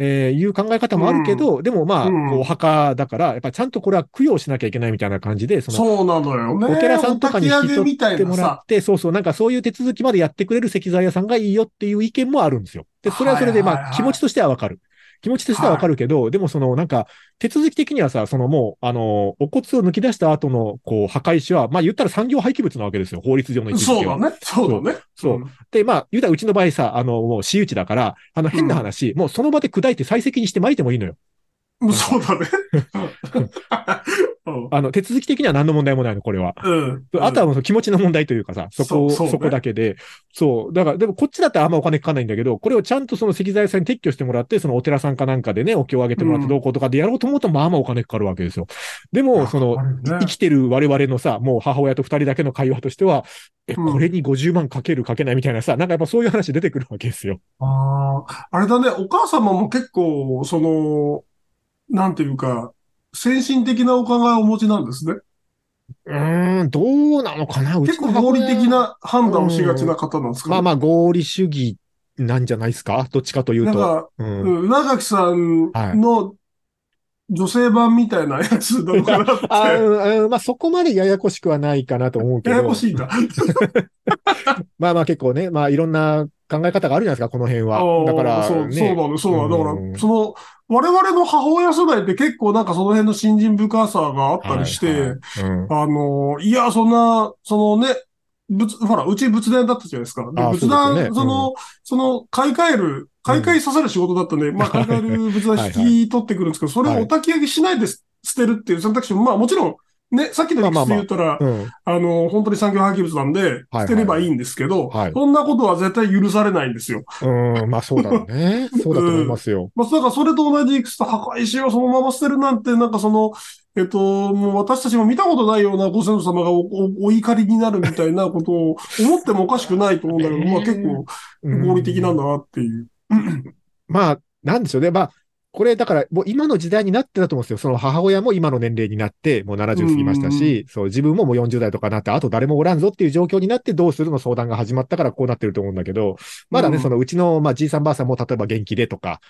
えーいう考え方もあるけど、でもまあ、
うん
こうお墓だから、やっぱちゃんとこれは供養しなきゃいけないみたいな感じで、その、
そうなのよね。
お寺さんとかに
お
引
焚
き
き上げ
取
みた
っ
い
ても
な
ら
さ
っ。て、そうそう、なんかそういう手続きまでやってくれる石材屋さんがいいよっていう意見もあるんですよ。で、それはそれで、
はいはいはい
まあ、気持ちとしてはわかる。気持ちとしてはわかるけど、でもその、なんか、手続き的にはさ、そのもう、あの、お骨を抜き出した後の、こう、墓石は、まあ言ったら産業廃棄物なわけですよ、法律上の位置づ
そう
けは
だね。そうだね。
そう
うん。
で、まあ、言うたらうちの場合さ、あの、もう私有地だから、あの、変な話、もうその場で砕いて採石にして撒いてもいいのよ。
うんそうだね。うん
あの、手続き的には何の問題もないの、これは。
うん。
あとはもうその気持ちの問題というかさ、そこ、
そうそう
そ
ね
こだけで。そう。だから、でもこっちだったらあんまお金かかんないんだけど、これをちゃんとその石材屋さんに撤去してもらって、そのお寺さんかなんかでね、お経をあげてもらっ
う
て
ん
どうこうとかでやろうと思うと、まあまあお金かかるわけですよ。でも、その、
の
生きてる我々のさ、もう母親と二人だけの会話としては、え、
うん
これに50万かけるかけないみたいなさ、なんかやっぱそういう話出てくるわけですよ。
ああ、あれだね、お母様も結構、その、なんていうか、先進的なお考えをお持ちなんですね。
うーん、どうなのかなう
結
ちの
構
母
合
親
理的。な判断をしがちな方なんですか
まあ
ね
まあ合理主義なんじゃないですかどっちかという
なん
と。
か、
うん
うん、長木さんの女性版みたいなやつなのかなって。
あーうんまあ、そこまでややこしくはないかなと思うけ
やや
ど
こ、しいんだ。
まあまあ結構ね、まあいろんな考え方があるじゃないですか、この辺は
あ。あ
だから、
そう、そうな
ね、
の、そうなの。だから、
うん
その、我々の母親世代って結構なんかその辺の信心深さがあったりして、
はいはいうん
あのーいや、そんな、そのね、仏、ほら、うち仏壇だったじゃないですか。で
あー
仏
そう
壇、
ですよね
その、その、買い替える、買い替えさせる仕事だったんで、まあ、買い替える仏壇引き取ってくるんですけど、それをお焚き上げしないで捨てるっていう選択肢も、まあ、もちろん、ね、さっきの理
まあ
屈
ま
で
あま
言
あ
ったら、
うん
あのー本当に産業廃棄物なんで、
はいは
捨
い
てればいいんですけど、
はい
そんなことは絶対許されないんですよ。
うん、まあそうだろう ね。そうだと思いますよ。
まあ、だからそれと同じ理屈と破壊石をそのまま捨てるなんて、なんかその、えっと、もう私たちも見たことないようなご先祖様がおおお怒りになるみたいなことを思ってもおかしくないと思うんだけど、まあ結構
うん
合理的なんだなっていう。
まあ、なんでしょうね。まあ、これだから、もう今の時代になってだと思うんですよ。その母親も今の年齢になって、もう70過ぎましたし、そう、自分ももう40代とかなって、あと誰もおらんぞっていう状況になって、どうするの相談が始まったからこうなってると思うんだけど、まだね、
うん
そのうちの、まあ、じいさんばあさんも例えば元気でとか、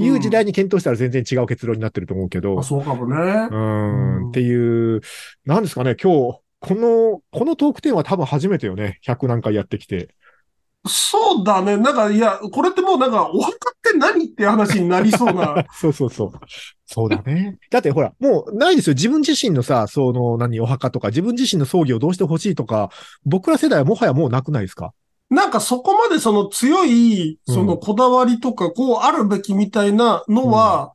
いう時代に検討したら全然違う結論になってると思うけど、
まあ、そうかもね。
う
う
ー
ん
ん、っていう、なんですかね、今日、この、このトークテーマ多分初めてよね。100何回やってきて。
そうだね。なんか、いや、これってもうなんか、お墓って何っていう話になりそ うな。
そうそうそう。そうだね。 だってほら、もうないですよ。自分自身のさ、その、何、お墓とか、自分自身の葬儀をどうしてほしいとか、僕ら世代はもはやもうなくないですか
なんかそこまでその強い、
うん
そのこだわりとか、こうあるべきみたいなのは、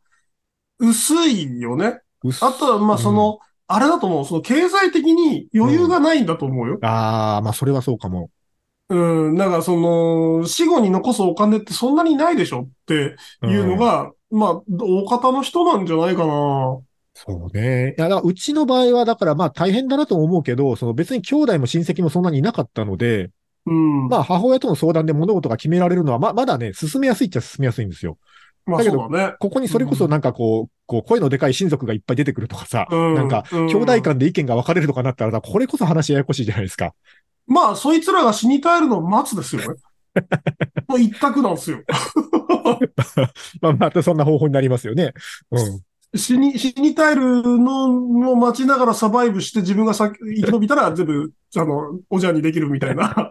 薄いよね。あとは、まあ、その、あれだと思う。その、経済的に余裕がないんだと思うよ。
ああ、まあそれはそうかも。
うん、なんかその、死後に残すお金ってそんなにないでしょっていうのが、まあ、大方の人なんじゃないかな。
そうね。いや、だからうちの場合は、だからまあ大変だなとも思うけど、その別に兄弟も親戚もそんなにいなかったので、
うん。
まあ母親との相談で物事が決められるのは、ま、まだね、進めやすいっちゃ進めやすいんですよ。
まあ、
だけ
そ
ど
うだね。
ここにそれこそなんかこう、こう声のでかい親族がいっぱい出てくるとかさ、
うん
なんか、
うん
兄弟間で意見が分かれるとかなったらさ、これこそ話ややこしいじゃないですか。
まあ、そいつらが死に絶えるのを待つですよね。もう一択なんですよ。
まあ、またそんな方法になりますよね。うん。
死に、死に絶えるのを待ちながらサバイブして自分が先生き延びたら全部、あの、おじゃんにできるみたいな。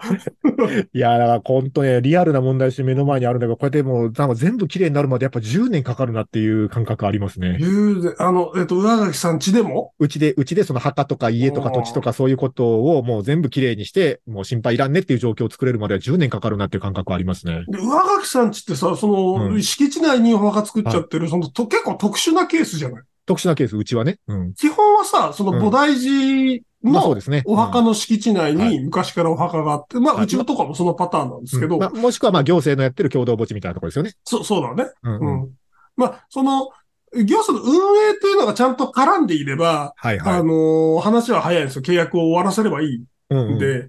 いや、だから本当ね、リアルな問題として目の前にあるんだけど、こうやってもう、なんか全部綺麗になるまでやっぱ10年かかるなっていう感覚ありますね。
いうで、あの、えっと、上垣さんちでも
うちで、うちでその墓とか家とか土地とかそういうことをもう全部綺麗にして、もう心配いらんねっていう状況を作れるまでは10年かかるなっていう感覚ありますね。
で上垣さんちってさ、その、
うん
敷地内にお墓作っちゃってる、そのと、結構特殊なケースじゃない
特殊なケース、うちはね。うん。
基本はさ、その
うん
菩提寺
まあそう
の
ですね。
お墓
うん
の敷地内
は
に昔からお墓があって、まあ、
はいう
ちのとかもそのパターンなんですけど、
うんまあもしくはまあ行政のやってる共同墓地みたいなところですよね。
そそうだね。
うんう。
うんん。まあ、その、行政の運営というのがちゃんと絡んでいれば、
はい
あ
はい。
のー話は早いんですよ。契約を終わらせればいい
うんうんん
で、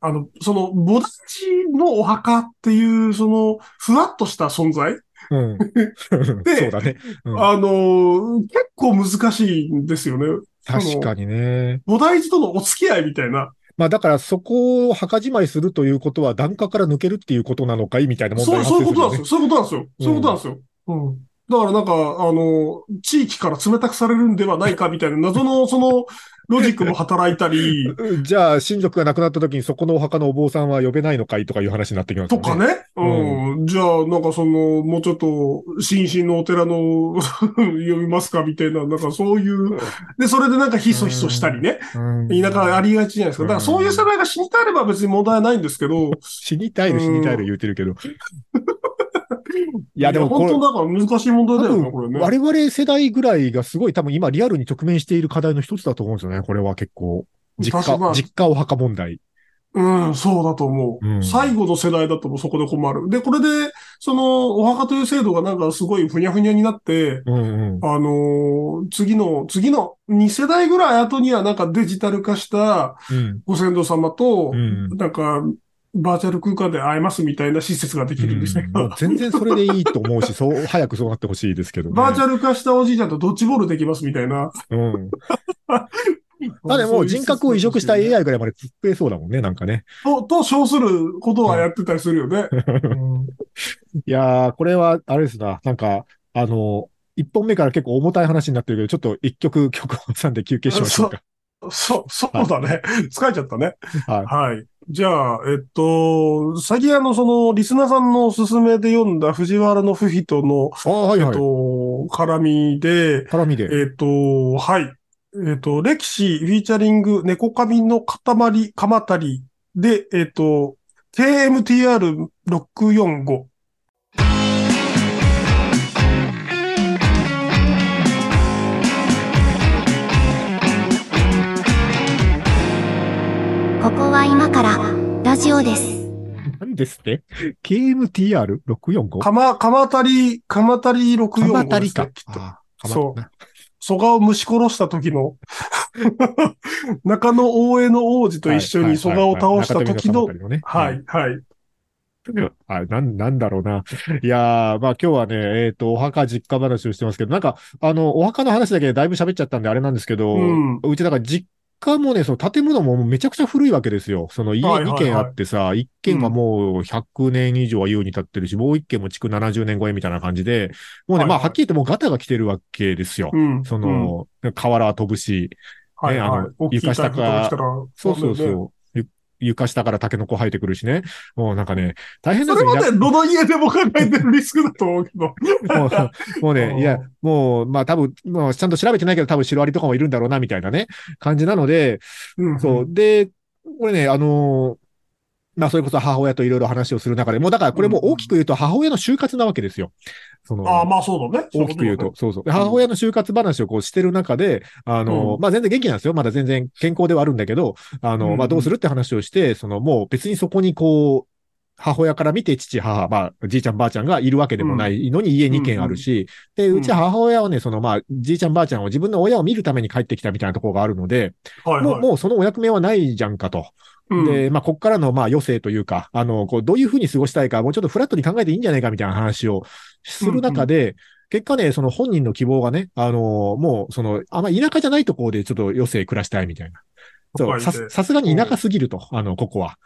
あの、その、菩提寺のお墓っていう、その、ふわっとした存在、
うん。
で
そうだね。うん
あのー結構難しいんですよね。
確かにね。
菩提寺とのお付き合いみたいな。
まあだからそこを墓じまいするということは檀家から抜けるっていうことなのかいみたいな問題
そう、
が
そう
発
い
生
う
す
こ
る
とな
よ
んです
ね
よ。。そういうことなんですよ。そういうことなんですよ。うん。だからなんか、あの、地域から冷たくされるんではないかみたいな謎の、その、ロジックも働いたり、
うんじゃあ親族が亡くなった時にそこのお墓のお坊さんは呼べないのかいとかいう話になってきます
と
よ
か。ね。うん。じゃあ、なんかその、もうちょっと、新進のお寺の 読みますかみたいな、なんかそういう。で、それでなんかひそひそしたりね。
うん
田舎ありがちじゃないですか。だからそういう世代が死にたえれば別に問題はないんですけど。
死にたいる死にたいる言うてるけど。 い
い
やでもこ
本
れ
当、だから難しい問題だよね、これね。
我々世代ぐらいがすごい多分今リアルに直面している課題の一つだと思うんですよね。これは結構。実
昔は
家、実家お墓問題。
うん、そうだと思う。
うん
最後の世代だともうそこで困る。で、これで、その、お墓という制度がなんかすごいふにゃふにゃになって、
うんうん。
あのー次の、次の2世代ぐらい後にはなんかデジタル化した
うん。
ご先祖様と
う、ん。
なんか、バーチャル空間で会えますみたいな施設ができるんですね。
もう 全然それでいいと思う し、そう、早くそうなってほしいですけどね。
バーチャル化したおじいちゃんとドッジボールできますみたいな。
うん。だってもう人格を移植した AI ぐらいまで突っぺそうだもんね、なんかね。
と、と称することはやってたりするよね。うん
いやー、これは、あれですな、なんか、あの、一本目から結構重たい話になってるけど、ちょっと一曲 曲を挟んで休憩しましょうか。
そう、そうだね。疲れちゃったね。
はい。
はい。じゃあ、えっと、最近あの、その、リスナーさんのおすすめで読んだ藤原の不人の、
ああ、はい
えっ
はい
と。、絡みで、
絡みで。
えっと、はい。えっと、歴史フィーチャリング猫髪の塊、かまたりで、えっと、KMTR645。
ここは今からラジオです。
何ですって ?KMTR645?
かま、かまたり、かまたり645です、ね。
かまたりか
きっ。と
あー
そう
かま
蘇我を蒸し殺した時の、 中野大江の王子と一緒に蘇我を倒した時の
は、いはいはい中富ね
はい、は
あ、
い。
なん、なんだろうな。いやー、まあ今日はね、えっ、と、お墓実家話をしてますけど、なんか、あの、お墓の話だけでだいぶ喋っちゃったんであれなんですけど、
うん
ちだから実家もね、その建物もめちゃくちゃ古いわけですよ。その家
はいは
2
いはい
軒あってさ、1軒はもう100年以上は優に経ってるし、もう1軒も築70年超えみたいな感じで、もうね、
はいはい
まあはっきり言ってもうガタが来てるわけですよ。
うん。
そ
うん、
の、瓦は飛ぶし、
はい、
ねあの
はい。大きい台風が来たら、
そうそう
だよね
そう。ゆ床下からタケノコ生えてくるしね。もうなんかね、大変な
そ
んですよ
れまでどの家でも考えてるリスクだと思うけど。
もう、もう
う
ね、
ん
いや、もう、まあ多分、まあちゃんと調べてないけど多分シロアリとかもいるんだろうな、みたいなね、感じなので、
うん
そう。で、これね、あのーまあ、それこそ母親といろいろ話をする中で、もうだからこれも大きく言うと母親の就活なわけですよ。その
ああ、まあそうだね。
大きく言うと、そうそう。で母親の就活話をこうしてる中で、あの、
う
まあ全然元気なんですよ。まだ全然健康ではあるんだけど、あ
うんう
の、
ん
まあどうするって話をして、そのもう別にそこにこう、母親から見て父、母、まあ、じいちゃんばあちゃんがいるわけでもないのに家2軒あるし、で、
うん
うち母親はね、そのまあ、じいちゃんばあちゃんを自分の親を見るために帰ってきたみたいなところがあるので、
はい
もう、
はい
もうそのお役目はないじゃんかと。
うん。
で、まあ、こっからの、まあ、余生というか、あの、こう、どういうふうに過ごしたいか、もうちょっとフラットに考えていいんじゃないかみたいな話をする中で、結果ね、その本人の希望がね、あのもう、その、あんま田舎じゃないところでちょっと余生暮らしたいみたいな。そう、さす、さすがに田舎すぎると、あの、ここは。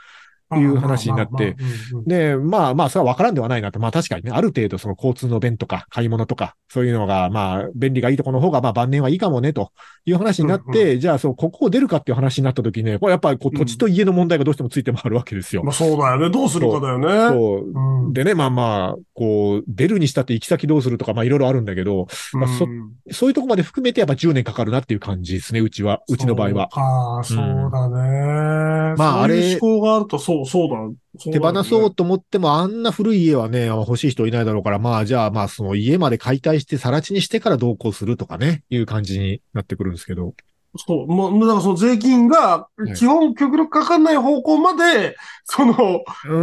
いう話になって
まあまあまあまあうんうん
で、まあまあ、それは分からんではないなと。まあ確かにね、ある程度その交通の便とか買い物とか、そういうのが、まあ、便利がいいとこの方が、まあ晩年はいいかもね、という話になって、じゃあそう、ここを出るかっていう話になった時ね、これやっぱりこう土地と家の問題がどうしてもついて回るわけですよ。
まあそうだよね。どうするかだよね。
そう。
うん
でね、まあまあ、こう、出るにしたって行き先どうするとか、まあいろいろあるんだけど、まあそ
うん
そういうとこまで含めてやっぱ10年かかるなっていう感じですね、うちは、うちの場合は。
ああ、そうだね。
まあ
そういう
あれ
思考があると、そう、そうだ。そうだ
手
よね
放そうと思っても、あんな古い家はね、欲しい人いないだろうから、まあじゃあ、まあその家まで解体して、更地にしてから同行するとかね、いう感じになってくるんですけど。
そう、もう、だからその税金が
い、
基本極力かかんない方向まで、その、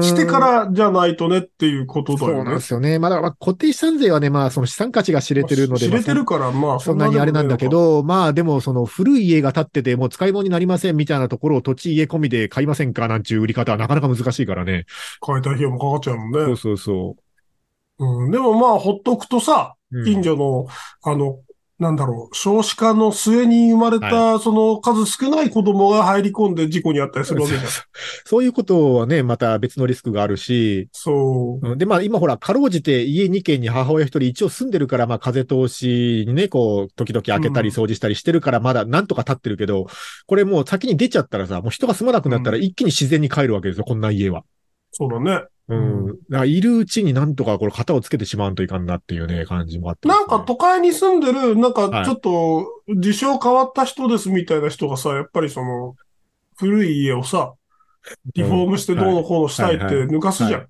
してからじゃないとねっていうことだ
そう
よ
なん
ね
で。すよね。まあだからまあ固定資産税はね、まあその資産価値が知れてるので、
知れてるから、まあ、
そんなにあれなんだけど、まあでもその古い家が建っててもう使い物になりませんみたいなところを土地家込みで買いませんかなんていう売り方はなかなか難しいからね。
解体費用もかかっちゃうもん
そ
ね
う。そうそ
うん、でもまあ、ほっとくと
う。う
さ、
ん
近所の、あの、なんだろう、少子化の末に生まれた、その数少ない子供が入り込んで事故にあったりするわけじゃん。
そういうことはね、また別のリスクがあるし、
そう。
うんで、まあ今ほら、かろうじて家2軒に母親1人一応住んでるから、まあ風通しにね、こう、時々開けたり
うん
掃除したりしてるから、まだなんとか立ってるけど、これもう先に出ちゃったらさ、もう人が住まなくなったら一気に自然に帰るわけですよ、こんな家は。
そうだね。
うん。
う
だからいるうちになんとかこれ型をつけてしまうといかんなっていうね、感じもあって、
なんか、都会に住んでる、なん
は
か
い
ちょっと自称変わった人ですみたいな人がさ、やっぱりその古い家をさ、リフォームしてどうのこうのしたいって
はいは
抜かすじゃん。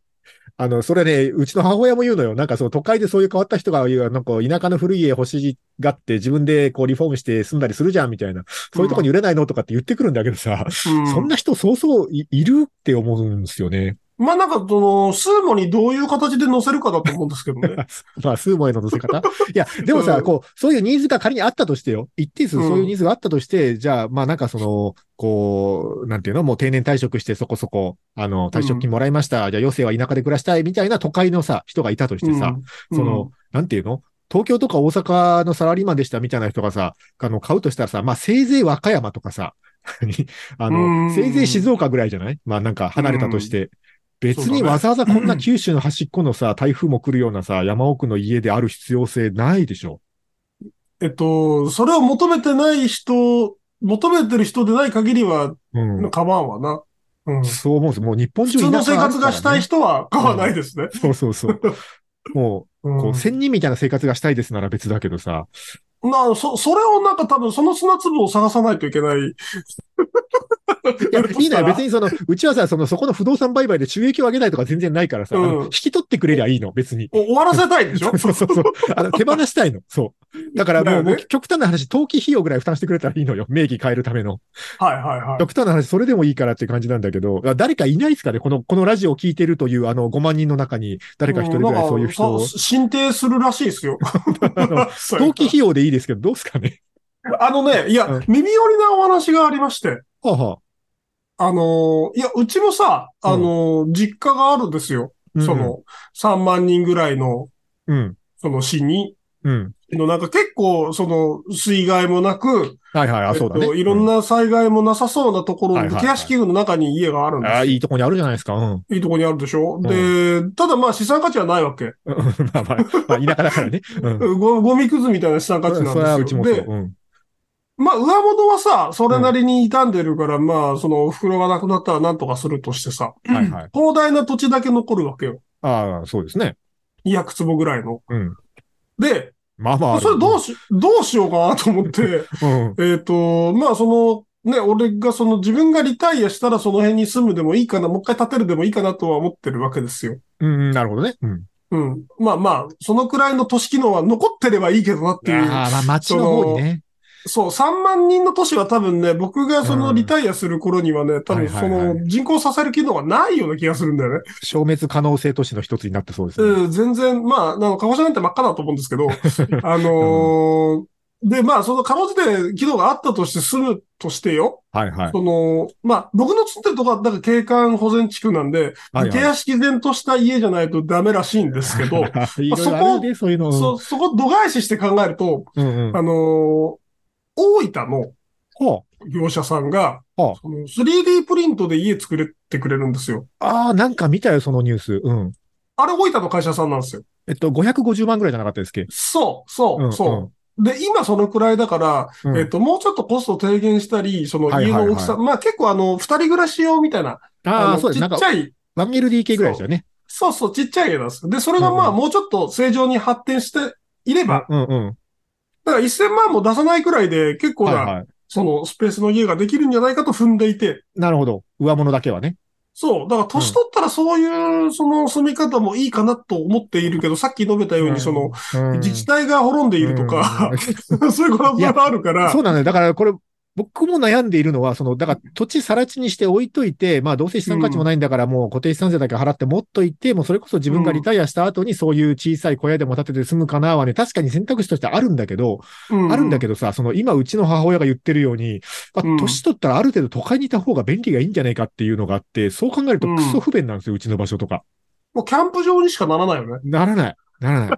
あの、それね、うちの母親も言うのよ。なんかその都会でそういう変わった人が言う、なんか田舎の古い家欲しがって自分でこうリフォームして住んだりするじゃんみたいな。そういうとこに売れないのとかって言ってくるんだけどさ、
うん
そんな人そうそういいるって思うんですよね。
まあなんかその、スーモにどういう形で載せるかだと思うんですけどね。
まあ、数枚の乗せ方いや、でも
う
さ、
ん
こう、そういうニーズが仮にあったとしてよ。一定数
うん
そういうニーズがあったとして、じゃあ、まあなんかその、こう、なんていうのもう定年退職してそこそこ、あの、退職金もらいました。じゃあ、余生は田舎で暮らしたいみたいな都会のさ、人がいた としてさ、
うん
その、、なんていうの東京とか大阪のサラリーマンでしたみたいな人がさ、あの、買うとしたらさ、まあ、せいぜい和歌山とかさ、何あ
うん
の、せいぜい静岡ぐらいじゃないまあ、なんか離れたとして。別
そう
に
だね
わざわざこんな 九州の端っこのさ、台風も来るようなさ、山奥の家である必要性ないでしょ。
うんえっと、それを求めてない人、求めてる人でない限りは、
うん。
構わんわな。うん
そう思うんです。もう日本
普
中
通の
田舎
生
あるか
活
ら
が
ね
したい人は買わないですね。
そうそうそう。もう、こ
うん
う、仙人みたいな生活がしたいですなら別だけどさ。
な、そ、それをなんか多分その砂粒を探さないといけない。い
いや、いいのよ。別にその、うちはさ、その、そこの不動産売買で収益を上げないとか全然ないからさ、あ
うん
の引き取ってくれりゃいいの、別に。
終わらせたいんでし
そ
ょ
うそうそうそう。 あの、手放したいの。そう。だから
だ
も
よ
う、
ね
もう極端な話、登記費用ぐらい負担してくれたらいいのよ。名義変えるための。
はいはいはい。
極端な話、それでもいいからっていう感じなんだけど、あ誰かいないですかねこの、このラジオを聞いてるという、あの、5万人の中に、誰か一人ぐらいそういう人
ん
を
なんか。さ進呈するらしいで すよ。
の
そういう
登記費用でいいですけど、どうですかね
あのね、いや、
うん
耳寄りなお話がありまして。
はあは
あのーいや、うちもさ、あのー実家があるんですよ。
あ
そ、の、3万人ぐらいの、
うん。
その市に。
うん。
の、なんか結構、その、水害もなく、
はいはい、あ、そうだ
えっ
ね。
といろん
う
な災害もなさそうなところ
はいはい
で、
はい
手屋敷群の中に家があるん
ん。
ですよ
ああ、いいとこにあるじゃないですか。うん。
いいとこにあるでしょ、で、ただまあ資産価値はないわけ。
うん まあまあ、まあ、田舎だからね。うん。
ごゴミくずみたいな資産価値なんです
そ
よ。
れはうちもそう。
で、
うん。
まあ上物はさ、それなりに傷んでるから、まあそのお袋がなくなったらなんとかするとしてさ、
はいはい。
広大な土地だけ残るわけよ。
ああ、そうですね。
200坪ぐらいの。
うん。
で、
まあまあある。
それど
う
うし、どうしようかなと思って、
うん。
えっと、まあその、ね、俺がその自分がリタイアしたらその辺に住むでもいいかな、もう一回建てるでもいいかなとは思ってるわけですよ。
うん、なるほどね。うん。
うん。まあまあ、そのくらいの都市機能は残ってればいいけどなっていう。
ああ、まあ街の方にね。
そう、3万人の都市は多分ね、僕がそうの
ん
リタイアする頃にはね、多分そ
はいはいは
の人口させる機能がないような気がするんだよね。
消滅可能性都市の一つになってそうですね。
うん、全然、まあ、あの、鹿児島なんて真っ赤だと思うんですけど、あのーで、まあ、その、かろうじて機能があったとして住むとしてよ、
はいはい。
その、まあ、僕の住んでるとこは、なんか景観保全地区なんで、
はい
手
はい
屋敷然とした家じゃないとダメらしいんですけど、
いろいろあるね、そういうの。
そ、そこ度外視して考えると、
うんうん。
あのー大分の
ほう。
業者さんが、
はあ
その 3D プリントで家作れてくれるんですよ。
ああ、なんか見たよ、そのニュース。うん。
あれ大分の会社さんなんですよ。
えっと、550万ぐらいじゃなかったですっけ
そう、そう、
うん
そう。で、今そのくらいだから、
うん
えっと、もうちょっとコスト低減したり、その
はい
家
はいはい
の大きさ、まあ結構あの、二人暮らし用みたいな、
ああ、
の
そうで
ち
す。なん
っ
か
ち、ゃい、
1LDK ぐらいでしたよね。
そうそう、ちっちゃい家なんですよ。で、それがま
うん
あ
うん
もうちょっと正常に発展していれば、
うんうん。
だから1000万も出さないくらいで、結構
はい
な、
はい。
そのスペースの家ができるんじゃないかと踏んでいて、
なるほど。上物だけはね。
そう。だから、年取ったらそういう、その住み方もいいかなと思っているけど、さっき述べたように、その、
うん、
自治体が滅んでいるとか、 そういうことがあるから
そ、うなんだよ。だからこれ、僕も悩んでいるのは、その、だから土地さら地にして置いといて、まあどうせ資産価値もないんだから、もう固定資産税だけ払って持っといて、もうそれこそ自分がリタイアした後にそういう小さい小屋でも建てて住むかなはね、確かに選択肢としてあるんだけど、あるんだけ
ど。
どさ、その今うちの母親が言ってるように、ま
うん
あ、年取ったらある程度都会にいた方が便利がいいんじゃないかっていうのがあって、そう考えるとクソ不便なんですよ、うちの場所とか。
もうキャンプ場にしかならないよね。
ならない。なら ない。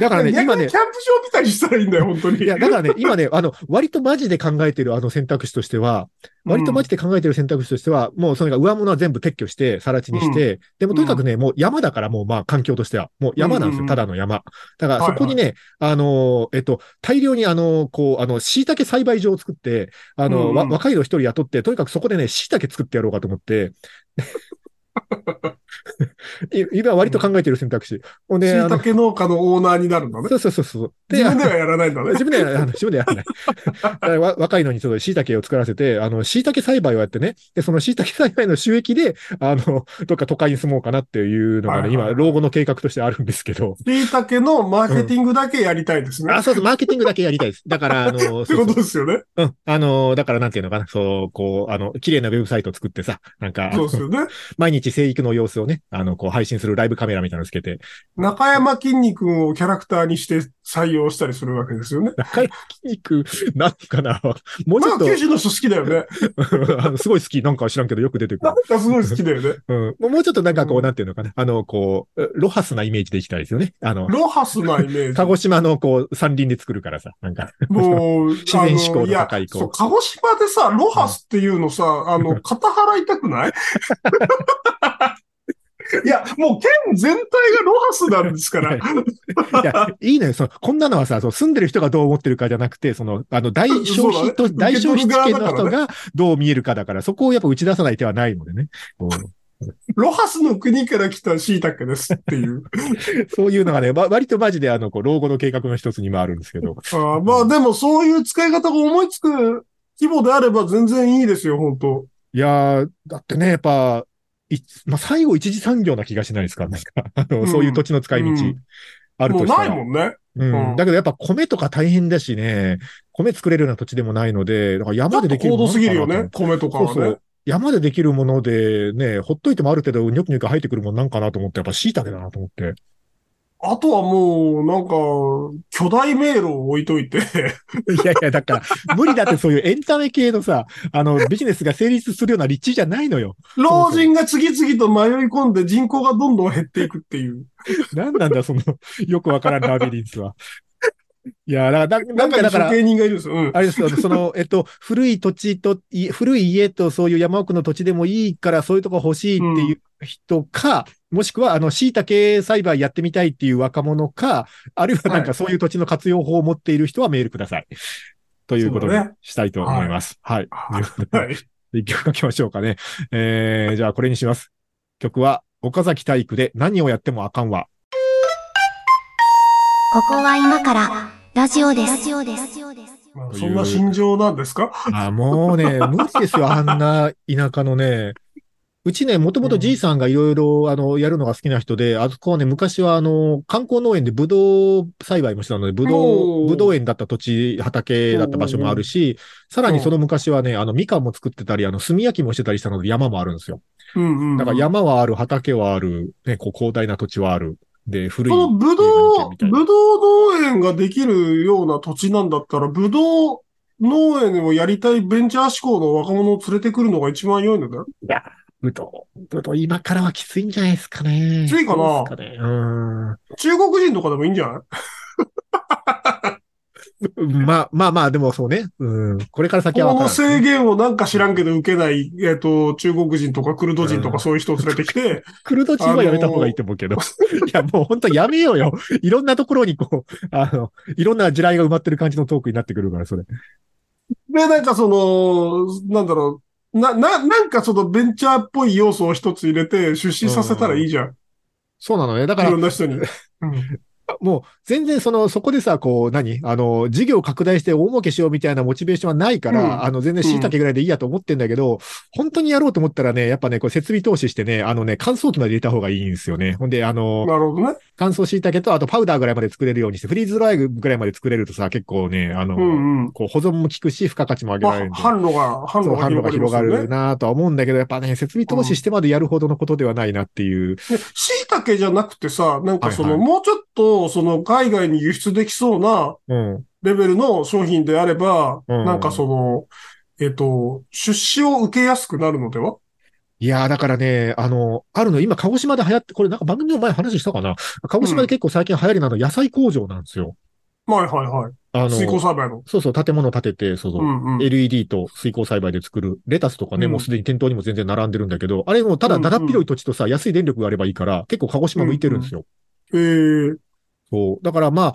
だからね、今
逆
ね
にキ、ャンプ場みたいにしたらいいんだよ、本当に。
いや、だからね、今ね、あの、割とマジで考えてるあの選択肢としては、割とマジで考えてる選択肢としては、もうそれが上物は全部撤去して、更地にして、でもとにかくね、もう山だからもうまあ環境としては、もう山なんです
うんうん
よ、ただの山。だから
はい
そこにね、あのー、えっと、大量にあのー、こう、あの、椎茸栽培場を作って、あ
うんう
の、
ん
わ若いの一人雇って、とにかくそこでね、椎茸作ってやろうかと思って、 い今割と考えてる選択肢。ほんで、あ
椎
の、
茸農家のオーナーになるんだね。
そうそうそうそう。で
自分ではやらないんだね。
自分でやらない、あの自分でやらない。だからわ若いのにちょっと椎茸を作らせて、あの、椎茸栽培をやってね、で、その椎茸栽培の収益で、あの、どっか都会に住もうかなっていうのが
は
ね、
いはい
今、老後の計画としてあるんですけど。
椎茸のマーケティングだけやりたいですね。
あ、そうそう、マーケティングだけやりたいです。だから、あ の、そう
って
そう
ことですよね。
うん。あの、だからなんていうのかな、そう、こう、あの、綺麗なウェブサイトを作ってさ、なんか、
そうですよね。
毎日生育の様子をね、あの、こう、配信するライブカメラみたいなのつけて、
中山きんに君をキャラクターにして採用したりするわけですよね。
中山筋肉、なんか な、もうちょ
まあ、
っと
九州の人好きだよね。
あの、すごい好き、なんか知らんけどよく出てく
な
る
ん。かすごい好きだよね。
うん。もうもうちょっとなんかこ
う
う、
ん
なんていうのかな。あの、こう、ロハスなイメージでいきたいですよね。あの、
ロハスなイメー ジ。
鹿児島のこう、山林で作るからさ。なん か、
もう、
自然志向の
あいや
高い子
そう、鹿児島でさ、ロハスっていうのさ、あの、肩払いたくない いや、もう県全体がロハスなんですから。
はいいや、いいのよ。そう、こんなのはさ、そう、住んでる人がどう思ってるかじゃなくて、その、あの、大消費と、
そうだね
大消費地
受け
権
取る側
の
だから
人
ね
がどう見えるかだから、そこをやっぱ打ち出さない手はないのでね。こう
ロハスの国から来た椎茸ですっていう。
そういうのがね、わ割とマジで、あの、こう、老後の計画の一つにもあるんですけど。
あーまあでもそういう使い方が思いつく規模であれば全然いいですよ、本当
いやー、だってね、やっぱ、いまあ、最後一次産業な気がしないですかなんか、あの、そういう土地の使い道、
うん
ある
も
と
う
した
ない
ら。
もんね。
う、
うんん
だけどやっぱ米とか大変だしね、米作れるような土地でもないので、だから
ちょ
山
っ
で
と
できる
高度すぎるよね、
と
米とか
思ったなと思って。そう
は
そ
ね
う。。山でできるものでね、ほっといてもある程度ニョキニョキ入ってくるものなんかなと思って、やっぱ椎茸だなと思って。
あとはもう、なんか、巨大迷路を置いと いて、
いやいや、だから、無理だってそういうエンタメ系のさ、あの、ビジネスが成立するような立地じゃないのよ。
老人が次々と迷い込んで人口がどんどん減っていくっていう。
なんなんだ、その、よくわからんラビリンスは。いや、だから、 な
なんん
か
か
だから
処、刑人がいるんですよ。うん。
あれですよ、その、えっと、古い土地と、い古い家とそういう山奥の土地でもいいから、そういうとこ欲しいっていう人か、もしくは、あの、椎茸栽培やってみたいっていう若者か、あるいはなん
は
かそういう土地の活用法を持っている人はメールください。ということ
そう
に
だね
したいと思います。はい。
は
とい
い
うこと
は
で
い。
一曲書きましょうかね。えー、じゃあこれにします。曲は、岡崎体育で何をやってもあかんわ。
ここは今からラジオです。ラジオです。
まあ
という
そんな心情なんですか
あ、もう ね、無理ですよ、あんな田舎のね。うちね、もともとじいさんがいろいろ、あの、やるのが好きな人で、あそこはね、昔は、あの、観光農園でブドウ栽培もしてたので、ブド
お
ウ、
ー
ブドウ園だった土地、畑だった場所もあるし、さらにその昔はね、あの、みかんも作ってたり、あの、炭焼きもしてたりしたので、山もあるんですよ。
うんうん。
だから山はある、畑はある、ね、こう、広大な土地はある。で、古い。
そのぶ
映画
ど
の件
う
み、たいな
ぶどう農園ができるような土地なんだったら、ぶどう農園をやりたいベンチャー志向の若者を連れてくるのが一番良いのだよ。
いや、ぶどう、ぶどう、今からはきついんじゃないですかね。
きついかな
そうですかね。うん。
中国人とかでもいいんじゃない
まあまあまあ、でもそうね。うん。これから先は
こ
分から
の
ん
制限をなんか知らんけど受けない、えっ、と、中国人とかクルド人とかそういう人を連れてきて、
クルド人はやめた方がいいと思うけど。いや、もう本当やめようよ。いろんなところにこう、あの、いろんな地雷が埋まってる感じのトークになってくるから、それ。
で、なんかその、なんだろう、な、な、なんかそのベンチャーっぽい要素を一つ入れて出資させたらいいじゃん。
そうなのね。だか
いろ
ら、
ん な人に。
もう全然その、そこでさ、こう、何あの、事業拡大して大儲けしようみたいなモチベーションはないから、
うん
あの、全然椎茸ぐらいでいいやと思ってんだけど、本当にやろうと思ったらね、やっぱね、これ設備投資してね、あのね、乾燥機まで入れた方がいいんですよね。ほんで、あの、
なるほどね。
乾燥椎茸と、あとパウダーぐらいまで作れるようにして、フリーズドライぐらいまで作れるとさ、結構ね、あの、
うんうん。
こう保存も効くし、付加価値も上げ
ま
られ
あ、
るんで。
販路が、
そ
販路
う、販
が
路が
広
広が
がりますよ
る
ね。
なとは思うんだけど、やっぱね、設備投資してまでやるほどのことではないなっていう。
で、椎茸じゃなくてさ、なんかその、
はい
もうちょっと、その、海外に輸出できそうな
うん。
レベルの商品であれば、
うん
なんかその、えっ、と、出資を受けやすくなるのではい
やー、だからね、あの、あるの、今、鹿児島で流行って、これなんか番組の前話したかな鹿児島で結構最近流行りなの、野菜工場なんですよ。
はいはいはい。
あの、
水耕栽培の。
そうそう、建物建てて、そうそうう、
んうん。
LED と水耕栽培で作る、レタスとかね、
うん
もうすでに店頭にも全然並んでるんだけど、あれもうただだだっ広い土地とさ、安い電力があればいいから、結構鹿児島向いてるんですよ。
えー、
そう。だからまあ、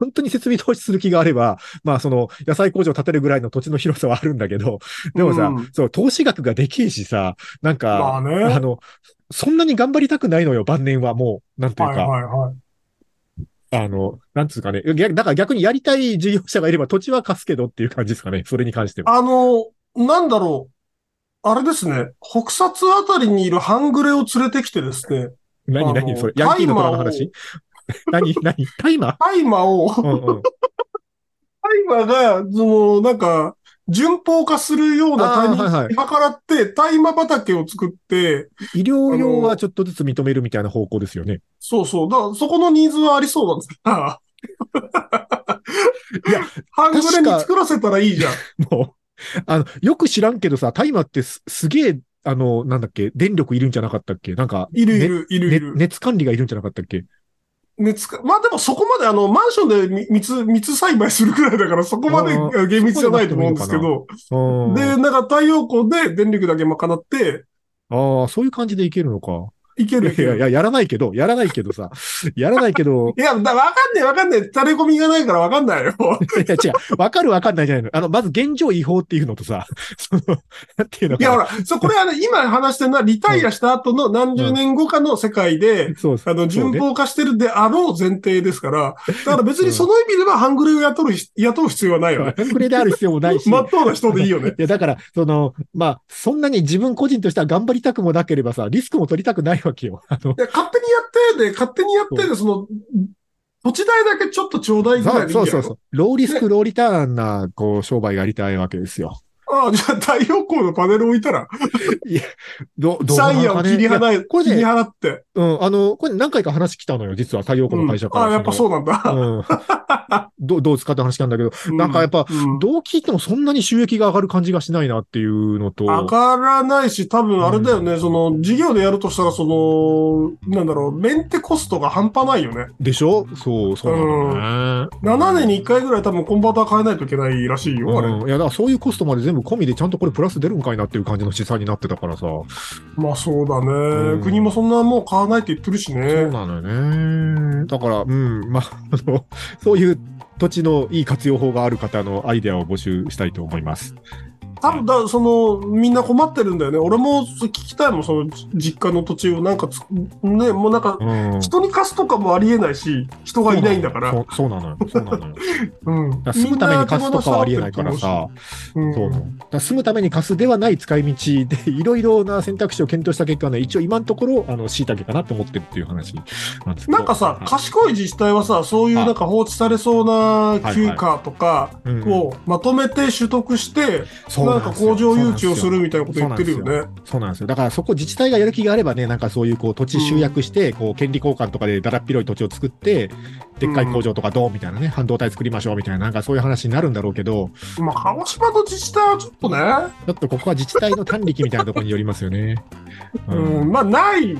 本当に設備投資する気があれば、まあその、野菜工場建てるぐらいの土地の広さはあるんだけど、でもさ、
うん
そう、投資額ができんしさ、なん
ま
か、
あ ね。
あの、そんなに頑張りたくないのよ、晩年はもう、なんていう
はい
か、
はいはい。
あの、なんつうかね、逆だから逆にやりたい事業者がいれば土地は貸すけどっていう感じですかね、それに関しては。
あの、なんだろう。あれですね。北札あたりにいる半グレを連れてきてですね。
何
あ
何
の
それ、ヤンキーの虎の話 何何タイマー
タイマーを、
うんうん。
タイマーが、その、なんか、順法化するようなタイミング
あーはいはい
見計らって、タイマー畑を作って、
医療用はちょっとずつ認めるみたいな方向ですよね。
そうそう。だからそこのニーズはありそうなんですが。
いや、
半グレ
確か
に作らせたらいいじゃん。
もう、あの、よく知らんけどさ、タイマーってすすげえ、あの、なんだっけ、電力いるんじゃなかったっけなんか、
いるい
ね
る、いるいる
ね。熱管理がいるんじゃなかったっけ
熱か、まあでもそこまであの、マンションで密、密栽培するくらいだから、そこまで
あー
厳密じゃないと思うんですけど。
うん
で、なんか太陽光で電力だけ賄って、
ああ、そういう感じでいけるのか。
いけるい
い
け
や
る。
いや、やらないけど、やらないけど さ、やらないけど、
いや、だわかんねえわかんねえ。垂れ込みがないからわかんないよ。
いや違う、わかるわかんないじゃないの。あの、まず現状違法っていうのとさ、その、なんていうの
いや、ほ
か。
ら、そう、これはね、今話してるのはリタイアした後の何十年後かの世界で、
そうそう
あの、
そう
順
ね
法化してるであろう前提ですから、だから別にその意味ではハングレを雇うひ、雇う必要はないよね。
隠れである必要もないし。
まっとうな人でいい よね。
いや、だから、その、まあ、そんなに自分個人としては頑張りたくもなければさ、リスクも取りたくないわけよ。あの、
で勝手にやって、で、勝手にやって、で、その、土地代だけちょっとちょうだいぐらいでいい
そ
ん
う
じゃな
そそ
いう
う。ローリスク、ローリターンな、こう、商売がやりたいわけですよ。
ああ、じゃあ太陽光のパネル置いたら、
ど、どう
シ
な
ャ
の
イヤ
か
を
ね
切り
い
離、
やこれ
切
ね
り離って。
うん、あの、これ何回か話来たのよ、実は太陽光の会社から。
うんああ、やっぱそうなんだ。
の。うん。どう、どう使って話なんだけど、なんかやっぱ
うん
どう聞いてもそんなに収益が上がる感じがしないなっていうのと、
上がらないし、多分あれだよね、その、事業でやるとしたら、その、なんだろう、メンテコストが半端ないよね。
でしょそう、そうなんだね。
7年に1回ぐらい多分コンバーター変えないといけないらしいよ、あれ。
うん、いや、だからそういうコストまで全部込みでちゃんとこれプラス出るんかいなっていう感じの試算になってたからさ。
まあそうだね、
うん
国もそんなもう買わないって言ってるし
そう
ね。
なのよね。だから、うん、まあ、あの、 そういう土地のいい活用法がある方のアイデアを募集したいと思います。
多分だ、その、みんな困ってるんだよね。俺も聞きたいもん、その、じ実家の土地をなんかつ、ね、もうなんか、
うん
人に貸すとかもありえないし、人がいないんだから。
そうそうなのよ。そうなのよ。
うん。
だから住むために貸すとかはありえないからさ、
みんな手放し合ってると思うし。
そうなの。だから住むために貸すではない使い道で、 いろいろな選択肢を検討した結果ね、一応今のところ、あの、椎茸かなと思ってるっていう話なんですけど
なんかさ、
はい
賢い自治体はさ、そういう
はい
なんか放置されそうな休暇とか
うんうん
をまとめて取得して、
そう
なん
ん
か
ですよ
工場誘致をするみたいなこと言ってるよね。
そうなんですよ。だからそこ自治体がやる気があればね、なんかそういうこう土地集約して、こう権利交換とかでだらっ広い土地を作って、でっかい工場とかどうみたいなね、半導体作りましょうみたいな、なんかそういう話になるんだろうけど、
まあ、鹿児島の自治体はちょっとね、
ちょっとここは自治体の単力みたいなところによりますよね。 う
うんん、まあ、ない。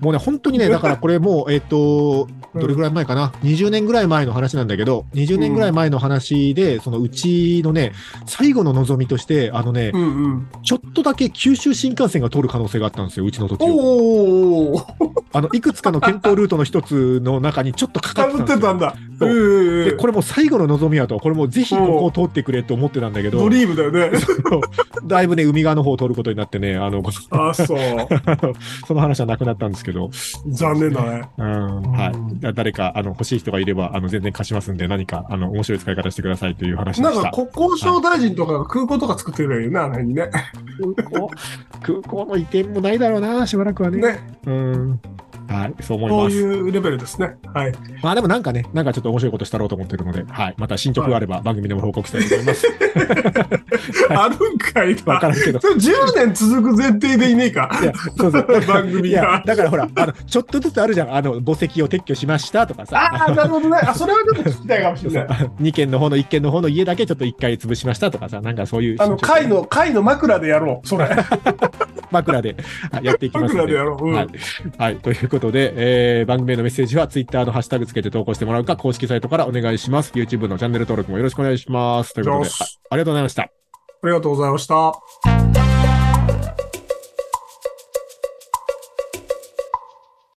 もうね、本当にね、だからこれもう、えっ、と、どれぐらい前かな、20年ぐらい前の話なんだけど、20年ぐらい前の話で、そのうちのね、最後の望みとして、あのね、
うんうん。
ちょっとだけ九州新幹線が通る可能性があったんですよ、うちの土地を。
おー、
あの、いくつかの検討ルートの一つの中にちょっとかか
か
ってた
ぶ
ん
っ
です
てた
よ
ん。だ。
そううん
うんう
で、
ん
これもう最後の望みやと、これもうぜひここを通ってくれと思ってたんだけど
ド、リームだよね。
だいぶね、海側の方を通ることになってね、あの、 ご
あ、そう。
その話はなくなったんですけど、
残念だね。
うん、
うん
はい。だ誰か、あの、欲しい人がいれば、あの、全然貸しますんで、何か、あの、面白い使い方してくださいという話で
なん
した。
か国交省大臣とかが空港とか作ってくれるよね、あの辺にね。
空港、空港の移転もないだろうな、しばらくはね。
ね、
うん。はい、そう思い
こ
ま
う
す。
いうレベルですね。はい。
まあでもなんかね、なんかちょっと面白いことしたろうと思ってるので、はい。また進捗があれば番組でも報告したいと思います。
あるんかい
わ
な。
からんけど。
それ10年続く前提でいねえか。
いや、そうそう。
番組が
いや、だからほら、あの、ちょっとずつあるじゃん。あの、墓石を撤去しましたとかさ。
ああ、なるほどね。あ、それはちょっと聞きたいかもしれない。
2軒の方の1軒の方の家だけちょっと1回潰しましたとかさ、なんかそういう。
あの、貝。の、貝の枕でやろう。 それ。
枕であやっていきますの
枕で
で。
やろう。うん。
はい、はい。ということで、えー番組へのメッセージは Twitter のハッシュタグつけて投稿してもらうか、公式サイトからお願いします。YouTube のチャンネル登録もよろしくお願いします。ということ
よ
で、
し
あありがとうございました。
ありがとうございました。